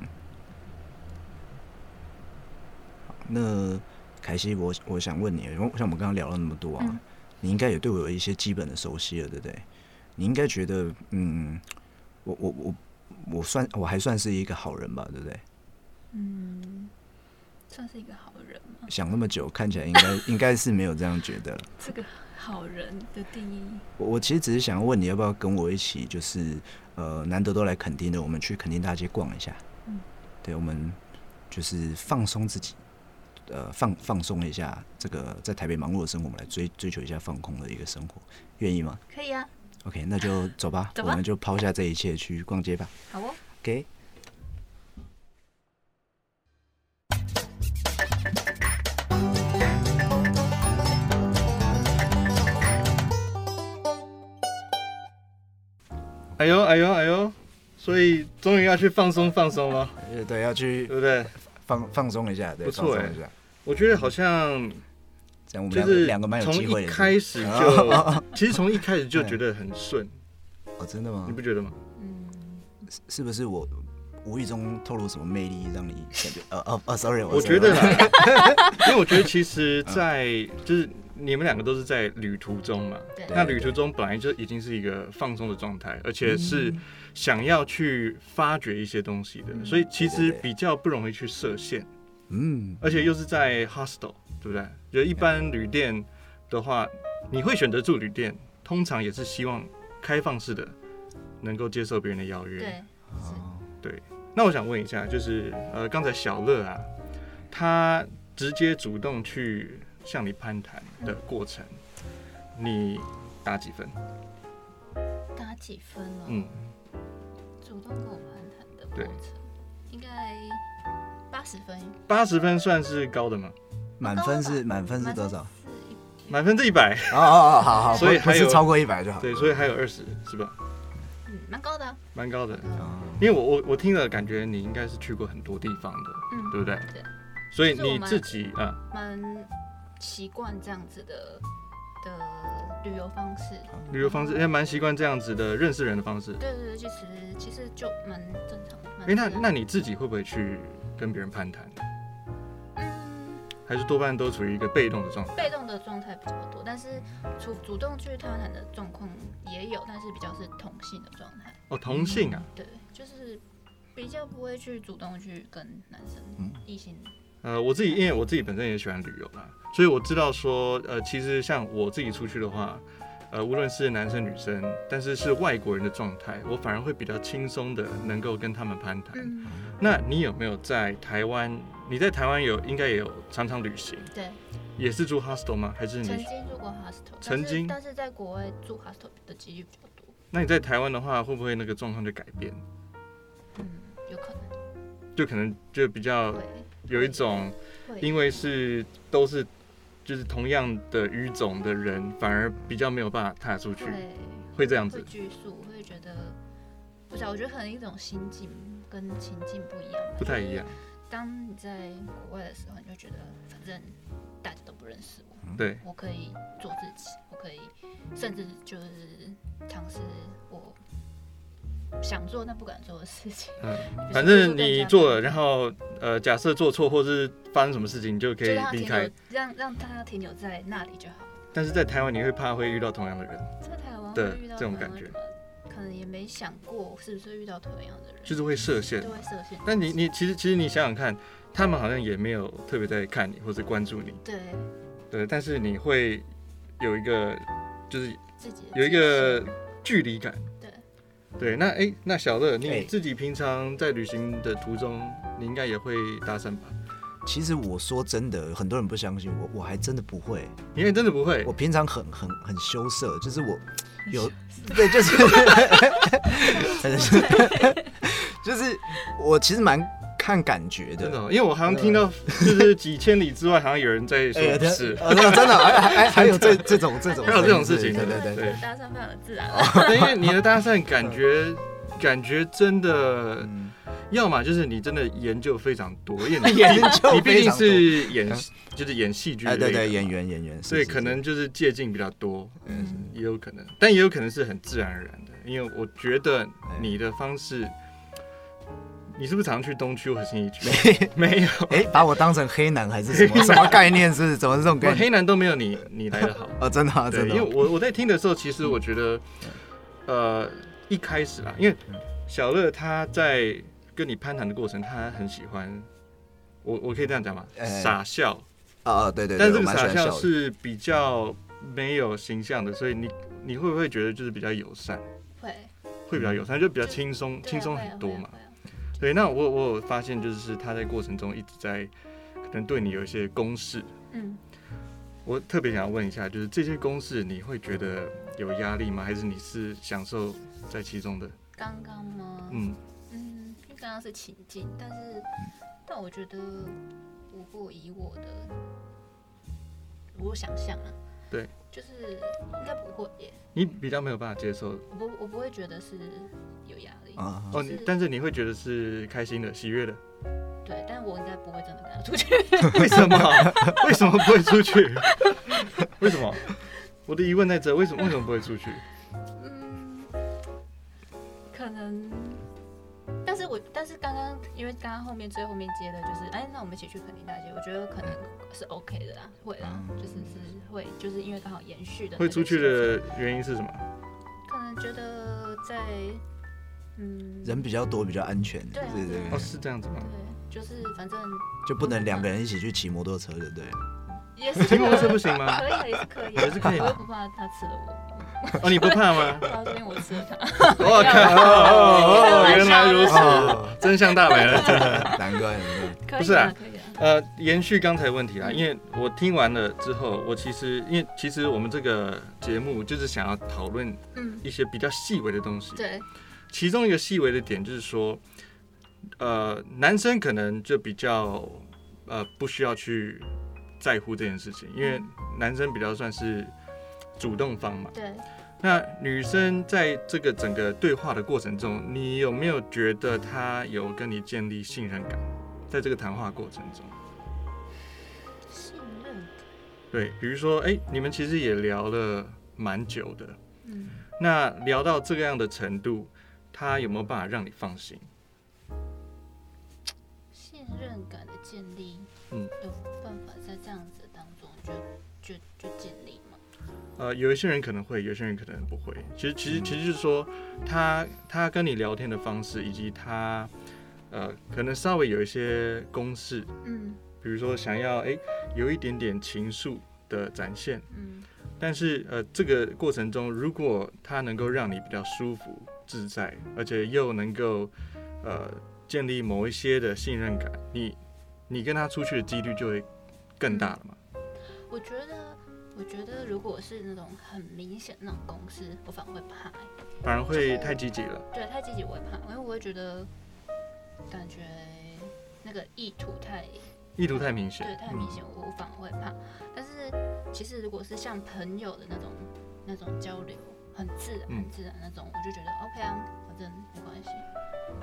Speaker 3: 好，那凯西，我我想问你，像我们刚刚聊了那么多啊，
Speaker 4: 嗯
Speaker 3: 你应该也对我有一些基本的熟悉了，对不对？你应该觉得，嗯，我我我我算我还算是一个好人吧，对不对？
Speaker 4: 嗯，算是一个好人吗？
Speaker 3: 想那么久，看起来应该应该是没有这样觉得了。
Speaker 4: 这个好人的定义，
Speaker 3: 我我其实只是想要问你要不要跟我一起，就是呃，难得都来垦丁的，我们去垦丁大街逛一下。
Speaker 4: 嗯，
Speaker 3: 对，我们就是放松自己，呃，放放松一下这个在台北忙碌的生活，我们来追追求一下放空的一个生活，愿意吗
Speaker 4: 可以啊，
Speaker 3: ？OK，那就走吧，
Speaker 4: 走吧
Speaker 3: 我们就抛下这一切去逛街吧。
Speaker 4: 好哦。
Speaker 3: OK。
Speaker 2: 哎呦哎呦哎呦，所以终于要去放松放松了，
Speaker 3: 呃对，要去
Speaker 2: 对不对？
Speaker 3: 放放松一下，对，
Speaker 2: 不
Speaker 3: 放
Speaker 2: 错
Speaker 3: 松
Speaker 2: 哎
Speaker 3: 一下，
Speaker 2: 我觉得好像
Speaker 3: 这样我们
Speaker 2: 就
Speaker 3: 两个
Speaker 2: 是
Speaker 3: 两个蛮有
Speaker 2: 从
Speaker 3: 机会
Speaker 2: 一
Speaker 3: 的。
Speaker 2: 开始 就，其实从一开始就觉得很顺，
Speaker 3: 哦，真的吗
Speaker 2: 你？不觉得吗？
Speaker 4: 嗯，
Speaker 3: 是不是我无意中透露什么魅力，让你感觉？呃哦哦，sorry，
Speaker 2: 我觉得啦， 因为我觉得其实，在
Speaker 3: 啊
Speaker 2: 就是你们两个都是在旅途中嘛，
Speaker 4: 对
Speaker 2: 那旅途中本来就已经是一个放松的状态，而且是
Speaker 3: 嗯
Speaker 2: 想要去发掘一些东西的，所以其
Speaker 3: 对
Speaker 2: 实
Speaker 3: 对对
Speaker 2: 比较不容易去设限，
Speaker 3: 嗯，
Speaker 2: 而且又是在 hostel，对不对？就一般旅店的话，你会选择住旅店，通常也是希望开放式的，能够接受别人的邀约。
Speaker 4: 对，
Speaker 3: 哦
Speaker 2: 那我想问一下，就是呃，刚才小乐啊，他直接主动去向你攀谈的过程，你打几分？
Speaker 4: 打几分了？
Speaker 2: 嗯，
Speaker 4: 主动跟我攀谈的过程，应该八十分，
Speaker 2: 八十分算是高的吗？
Speaker 3: 满分是满分是多少？？
Speaker 2: 满分是一百，
Speaker 3: 哦哦哦，好好，
Speaker 2: 所以
Speaker 3: 不不
Speaker 2: 还有
Speaker 3: 是超过一百就好。
Speaker 2: 对，所以还有二十是吧？
Speaker 4: 嗯，蛮高的啊、
Speaker 2: 蛮高的。
Speaker 3: 啊，
Speaker 2: 因为我我我听了，感觉你应该是去过很多地方的，
Speaker 4: 嗯，
Speaker 2: 对不对？
Speaker 4: 对，
Speaker 2: 所以
Speaker 4: 就是我
Speaker 2: 你
Speaker 4: 们
Speaker 2: 自己啊、
Speaker 4: 蛮习惯这样子的的旅游方式。
Speaker 2: 旅游方式也蛮习惯这样子的认识人的方式。
Speaker 4: 对对对，其实其实就蛮正常的。蛮
Speaker 2: 哎，那
Speaker 4: 自然
Speaker 2: 那你自己会不会去跟别人攀谈？
Speaker 4: 嗯，
Speaker 2: 还是多半都处于一个被动的状态？
Speaker 4: 被动的状态比较多，但是主主动去探谈的状况也有，但是比较是同性的状态。
Speaker 2: 哦，同性啊，
Speaker 4: 对，就是比较不会去主动去跟男生
Speaker 3: 嗯
Speaker 4: 异性。
Speaker 2: 呃，我自己因为我自己本身也喜欢旅游啦，所以我知道说，呃，其实像我自己出去的话，呃，无论是男生女生，但是是外国人的状态，我反而会比较轻松的能够跟他们攀谈。
Speaker 4: 嗯，
Speaker 2: 那你有没有在台湾？你在台湾有应该也有常常旅行，
Speaker 4: 对，
Speaker 2: 也是住 hostel 吗？还是
Speaker 4: 曾
Speaker 2: 你？
Speaker 4: 经住过 hostel，但是
Speaker 2: 曾经
Speaker 4: 但是在国外住 hostel 的几率比较多。
Speaker 2: 那你在台湾的话，会不会那个状况就改变？
Speaker 4: 嗯，有可能
Speaker 2: 就可能就比较
Speaker 4: 会
Speaker 2: 有一种，
Speaker 4: 会。
Speaker 2: 因为是都是就是同样的语种的人，反而比较没有办法踏出去，
Speaker 4: 会
Speaker 2: 会这样
Speaker 4: 会
Speaker 2: 子。
Speaker 4: 拘束，会觉得不是、啊，我觉得可能一种心境跟情境不一样吧，
Speaker 2: 不太一样。
Speaker 4: 当你在国外的时候，你就觉得反正大家都不认识我，
Speaker 2: 对，
Speaker 4: 我可以做自己，我可以甚至就是尝试我想做但不敢做的事情。
Speaker 2: 嗯，
Speaker 4: 比如说
Speaker 2: 反
Speaker 4: 就是
Speaker 2: 正
Speaker 4: 跟人
Speaker 2: 你
Speaker 4: 家
Speaker 2: 做了，然后呃，假设做错或是发生什么事情，你就可
Speaker 4: 就
Speaker 2: 以
Speaker 4: 让它
Speaker 2: 离
Speaker 4: 停
Speaker 2: 开
Speaker 4: 留。，让让它停留在那里就好。
Speaker 2: 但是在台湾，你会怕会遇到同样的人，
Speaker 4: 在台湾
Speaker 2: 对
Speaker 4: 会遇到
Speaker 2: 这种
Speaker 4: 同样
Speaker 2: 感
Speaker 4: 的
Speaker 2: 觉
Speaker 4: 人可能也没想过是不是会遇到同样的人，
Speaker 2: 就是会设限
Speaker 4: 都。会设限。
Speaker 2: 但你你其实其实你想想看，他们好像也没有特别在看你或者关注你，
Speaker 4: 对
Speaker 2: 对，但是你会有一个就是
Speaker 4: 自己的
Speaker 2: 有一个距离感。
Speaker 4: 对
Speaker 2: 对，那诶，那小乐，你
Speaker 3: 哎
Speaker 2: 自己平常在旅行的途中，你应该也会搭讪吧？
Speaker 3: 其实我说真的，很多人不相信我，我还真的不会。
Speaker 2: 你也真的不会
Speaker 3: 我，平常很很很羞涩，就是我有对，就是 就是我其实蛮看感觉
Speaker 2: 真的
Speaker 3: 的。
Speaker 2: 哦、因为我好像听到就是几千里之外，好像有人在 说不
Speaker 3: 嗯对
Speaker 2: 是，
Speaker 3: 呃真的真的还 还还有这这种这种，
Speaker 2: 还有这种事情
Speaker 3: 对对对。哦
Speaker 2: 对
Speaker 4: 搭讪非常的自然啊。
Speaker 2: 对因为你的搭讪感觉。感觉真的，
Speaker 3: 嗯
Speaker 2: 要么就是你真的研究非常多，因为你
Speaker 3: 研究
Speaker 2: 你毕
Speaker 3: 非
Speaker 2: 竟
Speaker 3: 常多
Speaker 2: 是演，就是演戏剧类
Speaker 3: 哎，
Speaker 2: 的嘛，
Speaker 3: 对对，演员演员，是
Speaker 2: 所以
Speaker 3: 是
Speaker 2: 可
Speaker 3: 是
Speaker 2: 能就是借镜比较多，
Speaker 4: 嗯
Speaker 2: 也有可能，但也有可能是很自然而然的，因为我觉得
Speaker 3: 哎
Speaker 2: 你的方式，你是不是常去东区或新一区？ 没有，
Speaker 3: 哎，把我当成黑男还是什 么什么概念？是怎么是这种
Speaker 2: 我
Speaker 3: 概念？
Speaker 2: 黑男都没有你你来的好。
Speaker 3: 哦，嗯真 的啊
Speaker 2: 对，
Speaker 3: 真
Speaker 2: 因
Speaker 3: 的
Speaker 2: 为
Speaker 3: 啊，
Speaker 2: 我我在听的时候，其实我觉得，呃，一开始啦，因为
Speaker 3: 嗯
Speaker 2: 小乐他在跟你攀谈的过程，他很喜欢。我我可以这样讲吗？
Speaker 3: 哎
Speaker 2: 傻笑，
Speaker 3: 啊啊对对，对
Speaker 2: 但这
Speaker 3: 我
Speaker 2: 个
Speaker 3: 蛮喜
Speaker 2: 傻
Speaker 3: 欢笑
Speaker 2: 笑
Speaker 3: 的
Speaker 2: 是比较没有形象的，所以你你会不会觉得就是比较友善？
Speaker 4: 会
Speaker 2: 会比较友善，就比较
Speaker 4: 就
Speaker 2: 轻松，
Speaker 4: 对啊
Speaker 2: 轻松
Speaker 4: 会啊
Speaker 2: 很多
Speaker 4: 会啊
Speaker 2: 嘛。
Speaker 4: 会啊
Speaker 2: 对，那我我有发现，就是他在过程中一直在可能对你有一些公式，
Speaker 4: 嗯，
Speaker 2: 我特别想要问一下，就是这些公式你会觉得有压力吗？还是你是享受在其中的？
Speaker 4: 刚刚吗？
Speaker 2: 嗯，
Speaker 4: 嗯，因为刚刚是情境，但是但我觉得，如果以我的我想象啊，
Speaker 2: 对，
Speaker 4: 就是应该不会耶，
Speaker 2: 你比较没有办法接受
Speaker 4: 我不我不会觉得是有压力，
Speaker 3: 啊，
Speaker 2: 哦，
Speaker 4: 是
Speaker 2: 你但是你会觉得是开心的、喜悦的，
Speaker 4: 对，但我应该不会真的跟他出 去，
Speaker 2: 为什么？为什么不会出去？ 为什么？我的疑问在这，为什么为什么不会出去？
Speaker 4: 嗯，可能。但是我但是刚刚因为刚刚后面最后面接的就是哎，那我们一起去垦丁大街，我觉得可能是 OK 的啦，会啦，
Speaker 3: 嗯
Speaker 4: 就是是会，就是因为刚好延续的那
Speaker 2: 会
Speaker 4: 个
Speaker 2: 出去
Speaker 4: 行程
Speaker 2: 的原因是什么？
Speaker 4: 可能觉得在，嗯，
Speaker 3: 人比较多比较安全，
Speaker 4: 对啊
Speaker 3: 对
Speaker 4: 对
Speaker 3: 对
Speaker 4: 啊
Speaker 2: 哦，
Speaker 3: 对，
Speaker 2: 是这样子吗
Speaker 4: 对？，就是反正
Speaker 3: 就不能两个人一起去骑摩托车，对不对？
Speaker 4: 也是
Speaker 2: 骑摩托车
Speaker 4: 可以
Speaker 2: 不行吗？
Speaker 4: 可以啊，也是可以啊，
Speaker 2: 也是可以
Speaker 4: 我
Speaker 2: 的
Speaker 4: 又不怕他吃了我，
Speaker 2: 哦，你不怕吗？
Speaker 4: 不怕这边我吃了他，
Speaker 2: 我靠！哦原来如
Speaker 3: 哦
Speaker 2: 此，哦真相大白 了。
Speaker 3: 难怪难怪，
Speaker 4: 可以
Speaker 2: 不是啊
Speaker 4: 可以啊，
Speaker 2: 呃，延续刚才问题啦，因为我听完了之后，我其实因为其实我们这个节目就是想要讨论
Speaker 4: 嗯，
Speaker 2: 一些比较细微的东西，
Speaker 4: 对，
Speaker 2: 其中一个细微的点就是说，呃，男生可能就比较呃不需要去在乎这件事情，因为
Speaker 4: 嗯
Speaker 2: 男生比较算是主动方嘛。
Speaker 4: 对，
Speaker 2: 那女生在这个整个对话的过程中，你有没有觉得她有跟你建立信任感？在这个谈话过程中，
Speaker 4: 信任感，
Speaker 2: 对，比如说，哎、你们其实也聊了蛮久的，
Speaker 4: 嗯，
Speaker 2: 那聊到这个样的程度，她有没有办法让你放心？
Speaker 4: 信任感的建立，
Speaker 2: 嗯，
Speaker 4: 有办法在这样子当中就就就建立吗？
Speaker 2: 呃，有一些人可能会，有些人可能不会。其实，
Speaker 4: 嗯
Speaker 2: 其实，其实就是说，他他跟你聊天的方式，以及他呃，可能稍微有一些公式，
Speaker 4: 嗯
Speaker 2: 比如说想要诶有一点点情愫的展现，
Speaker 4: 嗯
Speaker 2: 但是呃，这个过程中，如果它能够让你比较舒服、自在，而且又能够呃建立某一些的信任感，你你跟他出去的几率就会更大了嘛。
Speaker 4: 我觉得，我觉得如果是那种很明显那种公司，我反而会怕欸、
Speaker 2: 反而会太积极了。
Speaker 4: 对，太积极我会怕，因为我会觉得感觉那个意图太
Speaker 2: 意图太明显，
Speaker 4: 对太明显，
Speaker 2: 嗯
Speaker 4: 我我反而会怕。但是其实如果是像朋友的那种那种交流，很自然、
Speaker 2: 嗯
Speaker 4: 很自然那种，我就觉得 OK 啊，反正没关系。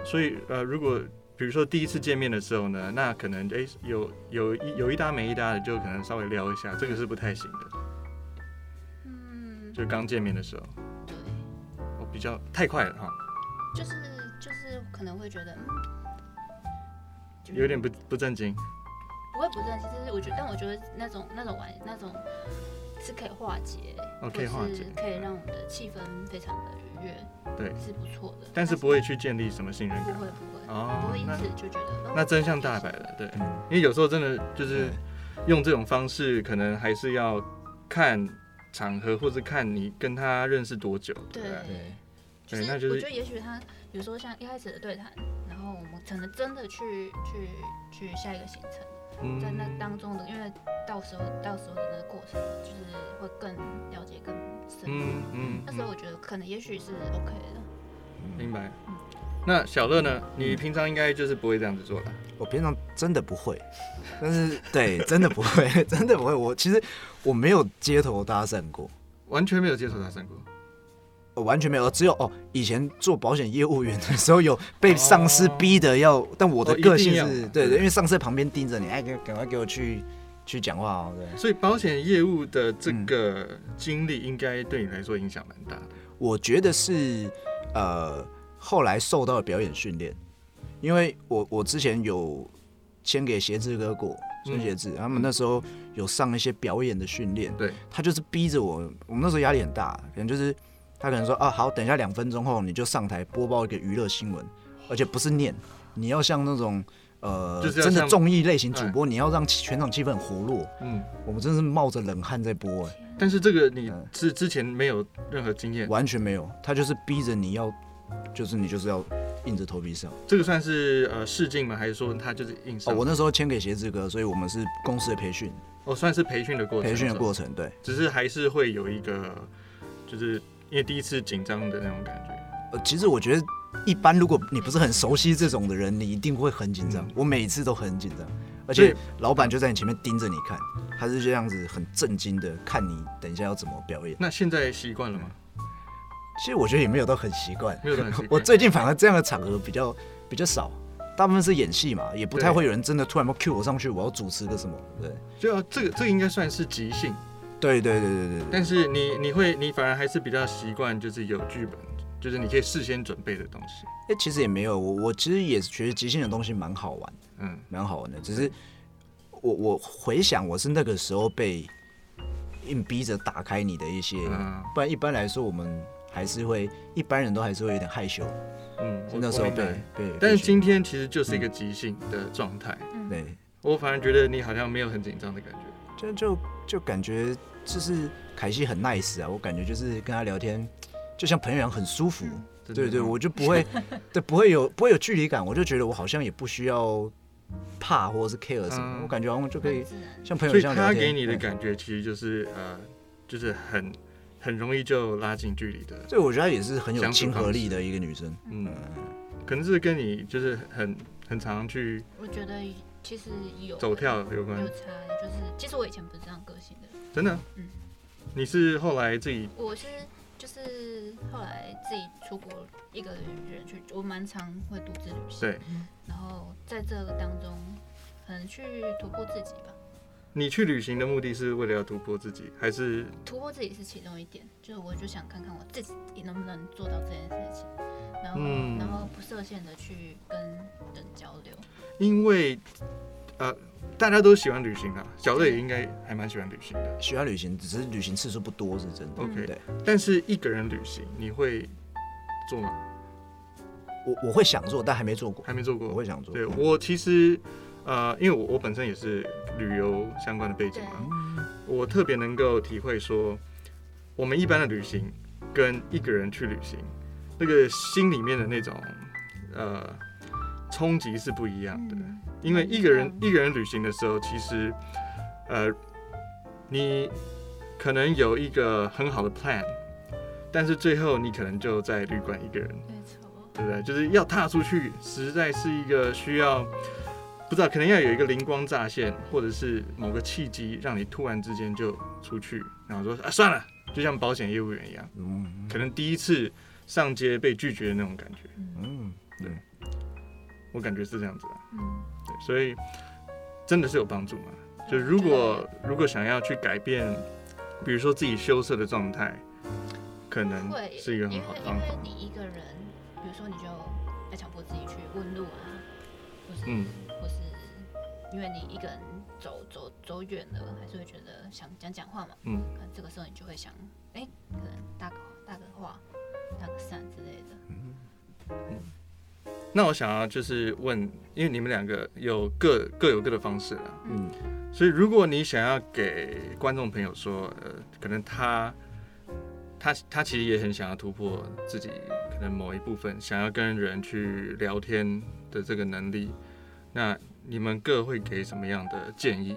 Speaker 2: 所以呃，如果比如说第一次见面的时候呢，那可能诶有有一有一搭没一搭的，就可能稍微聊一下，这个是不太行的。
Speaker 4: 嗯，
Speaker 2: 就刚见面的时候，
Speaker 4: 对，
Speaker 2: 我比较太快了哈，
Speaker 4: 就是就是可能会觉得，嗯，就是
Speaker 2: 有点不不正经。
Speaker 4: 不会不正经，就是我觉得，但我觉得那种那种玩那种是可以化解，
Speaker 2: 哦
Speaker 4: 或
Speaker 2: 可以
Speaker 4: 者
Speaker 2: 化
Speaker 4: 是
Speaker 2: 解嗯
Speaker 4: 可以让我们的气氛非常的愉悦，
Speaker 2: 对
Speaker 4: 是不错的。
Speaker 2: 但是不会去建立什么信任
Speaker 4: 不
Speaker 2: 感。
Speaker 4: 会不会、
Speaker 2: 哦
Speaker 4: 不会因
Speaker 2: 那
Speaker 4: 此就觉得
Speaker 2: 那
Speaker 4: 哦
Speaker 2: 真相大白了，对，
Speaker 3: 嗯
Speaker 2: 因为有时候真的就是用这种方式，可能还是要看场合，或是看你跟他认识多久，
Speaker 4: 对
Speaker 2: 不，
Speaker 3: 对，
Speaker 4: 就
Speaker 2: 对那
Speaker 4: 是
Speaker 2: 就是
Speaker 4: 我觉得也许他有时候像一开始的对谈，然后我们可能真的去去去下一个行程，
Speaker 2: 嗯
Speaker 4: 在那当中的，因为到时候到时候的那个过程，就是会更了解更深入。
Speaker 2: 嗯嗯
Speaker 4: 那时候
Speaker 2: 嗯，
Speaker 4: 我觉得可能也许是 OK 的，
Speaker 2: 明白
Speaker 4: 嗯。
Speaker 2: 那小乐呢？你平常应该就是不会这样子做的，
Speaker 3: 我平常真的不会，但是对，真的不会， 真的不会。我其实我没有街头搭讪过，
Speaker 2: 完全没有接触他三过。
Speaker 3: 我完全没有，只有哦，以前做保险业务员的时候有被上司逼的要，但我的个性
Speaker 2: 哦一定
Speaker 3: 是
Speaker 2: 要
Speaker 3: 对对，因为上司在旁边盯着你，哎，给赶快给我去去讲话哦，对。
Speaker 2: 所以保险业务的这个经历，应该对你来说影响蛮大的。
Speaker 3: 我觉得是呃后来受到的表演训练，因为我我之前有签给鞋志哥过孙鞋志，他们那时候有上一些表演的训练，
Speaker 2: 对，
Speaker 3: 他就是逼着我，我们那时候压力很大，可能就是他可能说啊好，等一下两分钟后你就上台播报一个娱乐新闻，而且不是念，你要像那种。呃，
Speaker 2: 就是要
Speaker 3: 真的
Speaker 2: 像
Speaker 3: 综艺类型主播，你要让全场气氛很活络。
Speaker 2: 嗯，
Speaker 3: 我们真的是冒着冷汗在播、哎
Speaker 2: 但是这个你
Speaker 3: 嗯
Speaker 2: 之之前没有任何经验，
Speaker 3: 完全没有，他就是逼着你要，就是你就是要硬着头皮上。
Speaker 2: 这个算是呃试镜吗？还是说他就是啊硬
Speaker 3: 哦，
Speaker 2: 上？
Speaker 3: 我那时候签给鞋子哥，所以我们是公司的培训，
Speaker 2: 哦，算是啊培训的过程，
Speaker 3: 培训的过程，对，
Speaker 2: 只是还是会有一个，就是因为第一次紧张的那种感觉。
Speaker 3: 呃，其实我觉得一般如果你不是很熟悉这种的人，你一定会很紧张。
Speaker 2: 嗯
Speaker 3: 我每次都很紧张，而且
Speaker 2: 对
Speaker 3: 老板就在你前面盯着你看，他是这样子很震惊的看你等一下要怎么表演。
Speaker 2: 那现在习惯了吗？
Speaker 3: 其实我觉得也没有到很习惯，
Speaker 2: 没有到很习惯
Speaker 3: 我最近反而这样的场合比较比较少，大部分是演戏嘛，也不太
Speaker 2: 对
Speaker 3: 会有人真的突然要 cue 我上去，我要主持个什么，对。
Speaker 2: 就啊这个这个应该算是即兴，
Speaker 3: 对对对对对对，
Speaker 2: 但是你你会你反而还是比较习惯就是有剧本，就是你可以事先准备的东西。
Speaker 3: 哎、其实也没有，我我其实也觉得即兴的东西蛮好玩，
Speaker 2: 嗯，
Speaker 3: 蛮好玩的。只是我我回想，我是那个时候被硬逼着打开你的一些，
Speaker 2: 嗯
Speaker 3: 不然一般来说我们还是会，一般人都还是会有点害羞。
Speaker 2: 嗯，我
Speaker 3: 那时
Speaker 2: 我
Speaker 3: 候
Speaker 2: 明白
Speaker 3: 被被，
Speaker 2: 但是
Speaker 3: 被
Speaker 2: 今
Speaker 3: 训
Speaker 2: 天其实就是一个即兴的状态，
Speaker 3: 对，
Speaker 2: 我反而觉得你好像没有很紧张的感觉。
Speaker 3: 就就就感觉就是凯西很 nice 啊，我感觉就是跟他聊天，就像朋友一样很舒服。
Speaker 2: 真的
Speaker 3: 对对，
Speaker 2: 嗯
Speaker 3: 我就不会， 对不会有不会有距离感，我就觉得我好像也不需要怕或者是 care 什么，
Speaker 2: 嗯
Speaker 3: 我感觉好像就可以
Speaker 4: 很自然。
Speaker 3: 像朋友
Speaker 2: 所
Speaker 3: 一
Speaker 2: 以
Speaker 3: 样聊
Speaker 2: 他
Speaker 3: 天。
Speaker 2: 给你的
Speaker 3: 对，
Speaker 2: 感觉其实就是呃，就是很很容易就拉近距离的，
Speaker 3: 所以我觉得她也是很有
Speaker 2: 相处
Speaker 3: 亲和
Speaker 2: 方
Speaker 3: 力的一个女生。
Speaker 2: 嗯，可能是跟你就是很很常去
Speaker 4: 我觉得其实有
Speaker 2: 走跳有关
Speaker 4: 有，差，就是其实我以前不是这样个性的，
Speaker 2: 真的
Speaker 4: 嗯。
Speaker 2: 你是后来自己
Speaker 4: 我是就是后来自己出国一个人去，我蛮常会独自旅行。
Speaker 2: 对，
Speaker 4: 然后在这个当中，可能去突破自己吧。
Speaker 2: 你去旅行的目的是为了要突破自己，还是
Speaker 4: 突破自己是其中一点，就是我就想看看我自己能不能做到这件事情，然后、
Speaker 2: 嗯
Speaker 4: 然后不设限的去跟人交流。
Speaker 2: 因为呃大家都喜欢旅行啊，小乐也应该还蛮喜欢旅行的。
Speaker 3: 喜欢旅行，只是旅行次数不多是真的。
Speaker 2: OK
Speaker 3: 对
Speaker 2: 但是一个人旅行你会做吗？
Speaker 3: 我我会想做，但还没做过。
Speaker 2: 还没做过。
Speaker 3: 我会想做。
Speaker 2: 嗯对我其实，呃，因为我我本身也是旅游相关的背景嘛，我特别能够体会说，我们一般的旅行跟一个人去旅行，那个心里面的那种呃冲击是不一样的。
Speaker 4: 嗯
Speaker 2: 因为一个人
Speaker 4: 不
Speaker 2: 一个人旅行的时候，其实，呃，你可能有一个很好的 plan，但是最后你可能就在旅馆一个人。
Speaker 4: 没错，
Speaker 2: 对不对？就是要踏出去，实在是一个需要不知道，可能要有一个灵光乍现，或者是某个契机，让你突然之间就出去，然后说啊算了，就像保险业务员一样，
Speaker 3: 嗯
Speaker 2: 可能第一次上街被拒绝的那种感觉，
Speaker 3: 嗯，
Speaker 2: 我感觉是这样子啊。
Speaker 4: 嗯，
Speaker 2: 对，所以真的是有帮助嘛？就如果如果想要去改变，比如说自己羞涩的状态，可能
Speaker 4: 会
Speaker 2: 是一个很好的
Speaker 4: 因为
Speaker 2: 方
Speaker 4: 因
Speaker 2: 法
Speaker 4: 为。你一个人，比如说你就要强迫自己去问路啊，或是、
Speaker 2: 嗯
Speaker 4: 或是因为你一个人走走走远了，还是会觉得想讲讲话嘛，
Speaker 2: 嗯，
Speaker 4: 可能这个时候你就会想，哎、可能搭个搭个话，搭个讪之类的。
Speaker 2: 那我想要就是问，因为你们两个有各各有各的方式啦，
Speaker 3: 嗯，
Speaker 2: 所以如果你想要给观众朋友说，呃，可能他他他其实也很想要突破自己可能某一部分，想要跟人去聊天的这个能力，那你们各会给什么样的建议？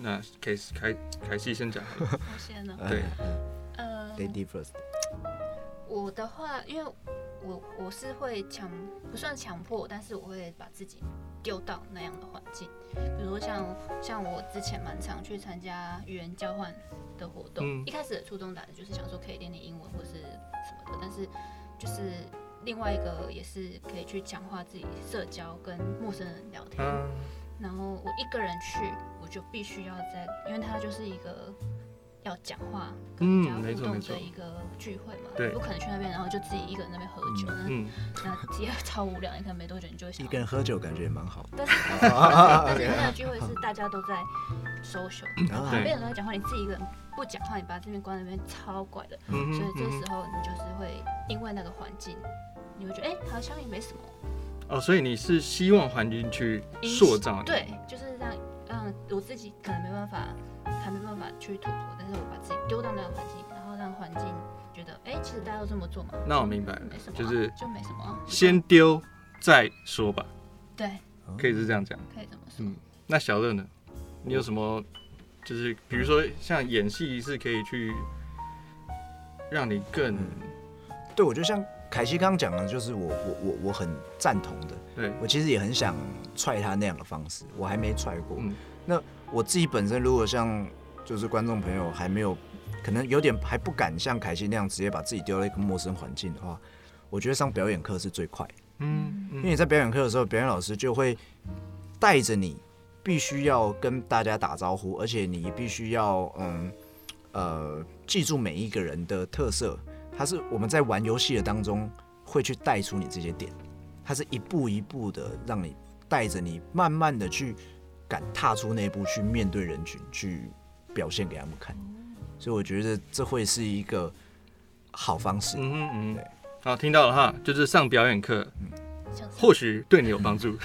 Speaker 2: 那凯凯凯西先讲好了，
Speaker 4: 我先呢，
Speaker 2: 对，
Speaker 4: 呃，
Speaker 3: ，Lady First，
Speaker 4: 我的话，因为我我是会强，不算强迫，但是我会把自己丢到那样的环境，比如像像我之前蛮常去参加语言交换的活动，
Speaker 2: 嗯
Speaker 4: 一开始的初衷打的就是想说可以练练英文或是什么的，但是就是另外一个也是可以去强化自己社交跟陌生人聊天，
Speaker 2: 啊，
Speaker 4: 然后我一个人去，我就必须要在，因为它就是一个要讲话跟
Speaker 2: 嗯
Speaker 4: 人家
Speaker 2: 没
Speaker 4: 互
Speaker 2: 错
Speaker 4: 动
Speaker 2: 没错
Speaker 4: 的一个聚会嘛。
Speaker 2: 对
Speaker 4: 不可能去那边，然后就自己一个人在那边喝酒，
Speaker 2: 嗯，
Speaker 4: 那那其实超无聊。你可能没多久你就会想
Speaker 3: 一个人喝酒感觉也蛮好的。
Speaker 4: 但是但是但
Speaker 2: 嗯
Speaker 4: 是那个聚会是大家都在 social，
Speaker 3: 然后
Speaker 4: 旁边人都在讲话，你自己一个人不讲话，你把这边关在那边超怪的。
Speaker 2: 嗯哼
Speaker 4: 所以这
Speaker 2: 嗯哼
Speaker 4: 时候你就是会因为那个环境，你会觉得哎、好像也没什么。
Speaker 2: 哦，所以你是希望环境去
Speaker 4: 因
Speaker 2: 塑造你，
Speaker 4: 对，就是让让我自己可能没办法，还没办法去突破，但是我把自己丢到那个环境，然后让环境觉得，哎、其实大家都这么做嘛，
Speaker 2: 那我明白了
Speaker 4: 没什么啊，
Speaker 2: 就是
Speaker 4: 就没什么啊，
Speaker 2: 先丢再说吧，
Speaker 4: 对，
Speaker 2: 可以是这样讲。
Speaker 4: 可以这么说。
Speaker 2: 嗯，那小乐呢？你有什么？就是比如说像演戏是可以去让你更
Speaker 3: 对，我觉得像凯西刚刚讲的，就是我我我我很赞同的。
Speaker 2: 对，
Speaker 3: 我其实也很想踹他那样的方式，我还没踹过。
Speaker 2: 嗯
Speaker 3: 那我自己本身如果像就是观众朋友还没有，可能有点还不敢像凯西那样直接把自己丢到一个陌生环境的话，我觉得上表演课是最快的，
Speaker 2: 嗯
Speaker 3: 因为你在表演课的时候，表演老师就会带着你，必须要跟大家打招呼，而且你必须要嗯呃记住每一个人的特色，它是我们在玩游戏的当中会去带出你这些点，它是一步一步的让你带着你慢慢的去敢踏出那一步去面对人群，去表现给他们看，所以我觉得这会是一个好方式。
Speaker 2: 嗯哼嗯
Speaker 3: 对
Speaker 2: 哼，好，听到了哈，就是上表演课，
Speaker 4: 像是
Speaker 2: 或许对你有帮助。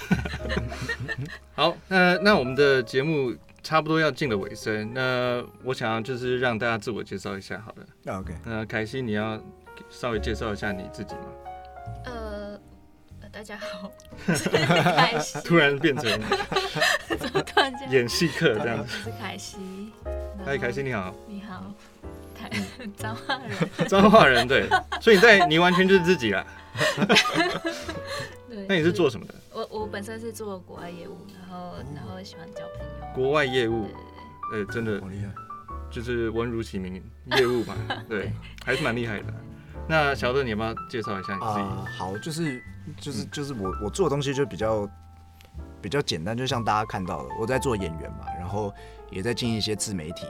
Speaker 2: 好，那那我们的节目差不多要进了尾声，那我想要就是让大家自我介绍一下好了。
Speaker 3: 那 OK，
Speaker 2: 那凯西，你要稍微介绍一下你自己吗？
Speaker 4: 呃呃，大家 好，我是凯西，
Speaker 2: 突然变成
Speaker 4: 怎么 突然间，
Speaker 2: 演戏课这样
Speaker 4: 我
Speaker 2: 子。
Speaker 4: 是凯西，
Speaker 2: 嗨，凯西，，你嗯好。
Speaker 4: 你好，台 彰化人，
Speaker 2: 彰化人对，所以你在你完全就是自己啦。
Speaker 4: 对，
Speaker 2: 那你是
Speaker 4: 就
Speaker 2: 做什么的？
Speaker 4: 我我本身是做国外业务，然后然后喜欢交朋友，
Speaker 2: 国外业务
Speaker 4: 对对，对
Speaker 2: 呃，真的
Speaker 3: 好厉害，
Speaker 2: 就是文如其名，业务嘛， 对，还是蛮厉害的。那小乐，你要不要介绍一下你自己？
Speaker 3: 啊、好，就是就是就是我我做的东西就比较比较简单，就像大家看到的，我在做演员嘛，然后也在进一些自媒体，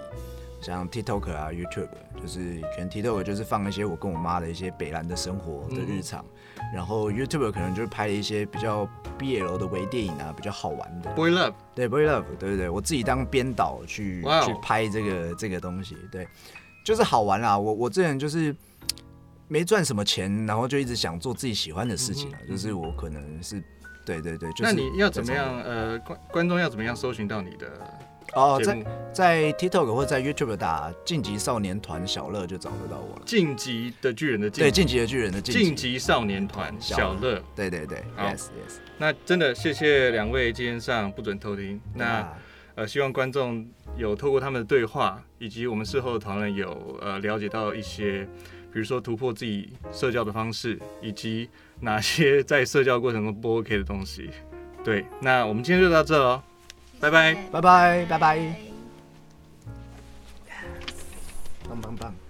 Speaker 3: 像 TikTok 啊、YouTube，就是可能 TikTok 就是放一些我跟我妈的一些北兰的生活的日常，然后 YouTube 可能就是拍一些比较 BL 的微电影啊，比较好玩的。
Speaker 2: Boy Love，
Speaker 3: 对 Boy Love，对对对，我自己当编导去、
Speaker 2: 哇哦
Speaker 3: 去拍这个这个东西，对，就是好玩啦。我我之前就是没赚什么钱，然后就一直想做自己喜欢的事情啊，
Speaker 2: 嗯哼
Speaker 3: 就是我可能是。对对对，就是
Speaker 2: 那你要怎么样？呃，观观众要怎么样搜寻到你的
Speaker 3: 哦，
Speaker 2: 节
Speaker 3: 在
Speaker 2: 目？
Speaker 3: 在 TikTok 或者在 YouTube 打“晋级少年团小乐”就找得到我了。
Speaker 2: 晋级的巨人的
Speaker 3: 对，
Speaker 2: 晋，
Speaker 3: 晋级的巨人的晋
Speaker 2: 晋
Speaker 3: 级，
Speaker 2: 级少年团小乐。
Speaker 3: 对对对
Speaker 2: 好
Speaker 3: ，yes yes。
Speaker 2: 那真的谢谢两位今天上不准偷听。那
Speaker 3: 啊
Speaker 2: 呃，希望观众有透过他们的对话，以及我们事后的讨论，有呃了解到一些，比如说突破自己社交的方式，以及哪些在社交过程中不 OK 的东西。对，那我们今天就到这喽，拜拜。
Speaker 3: 拜拜拜拜，棒棒棒。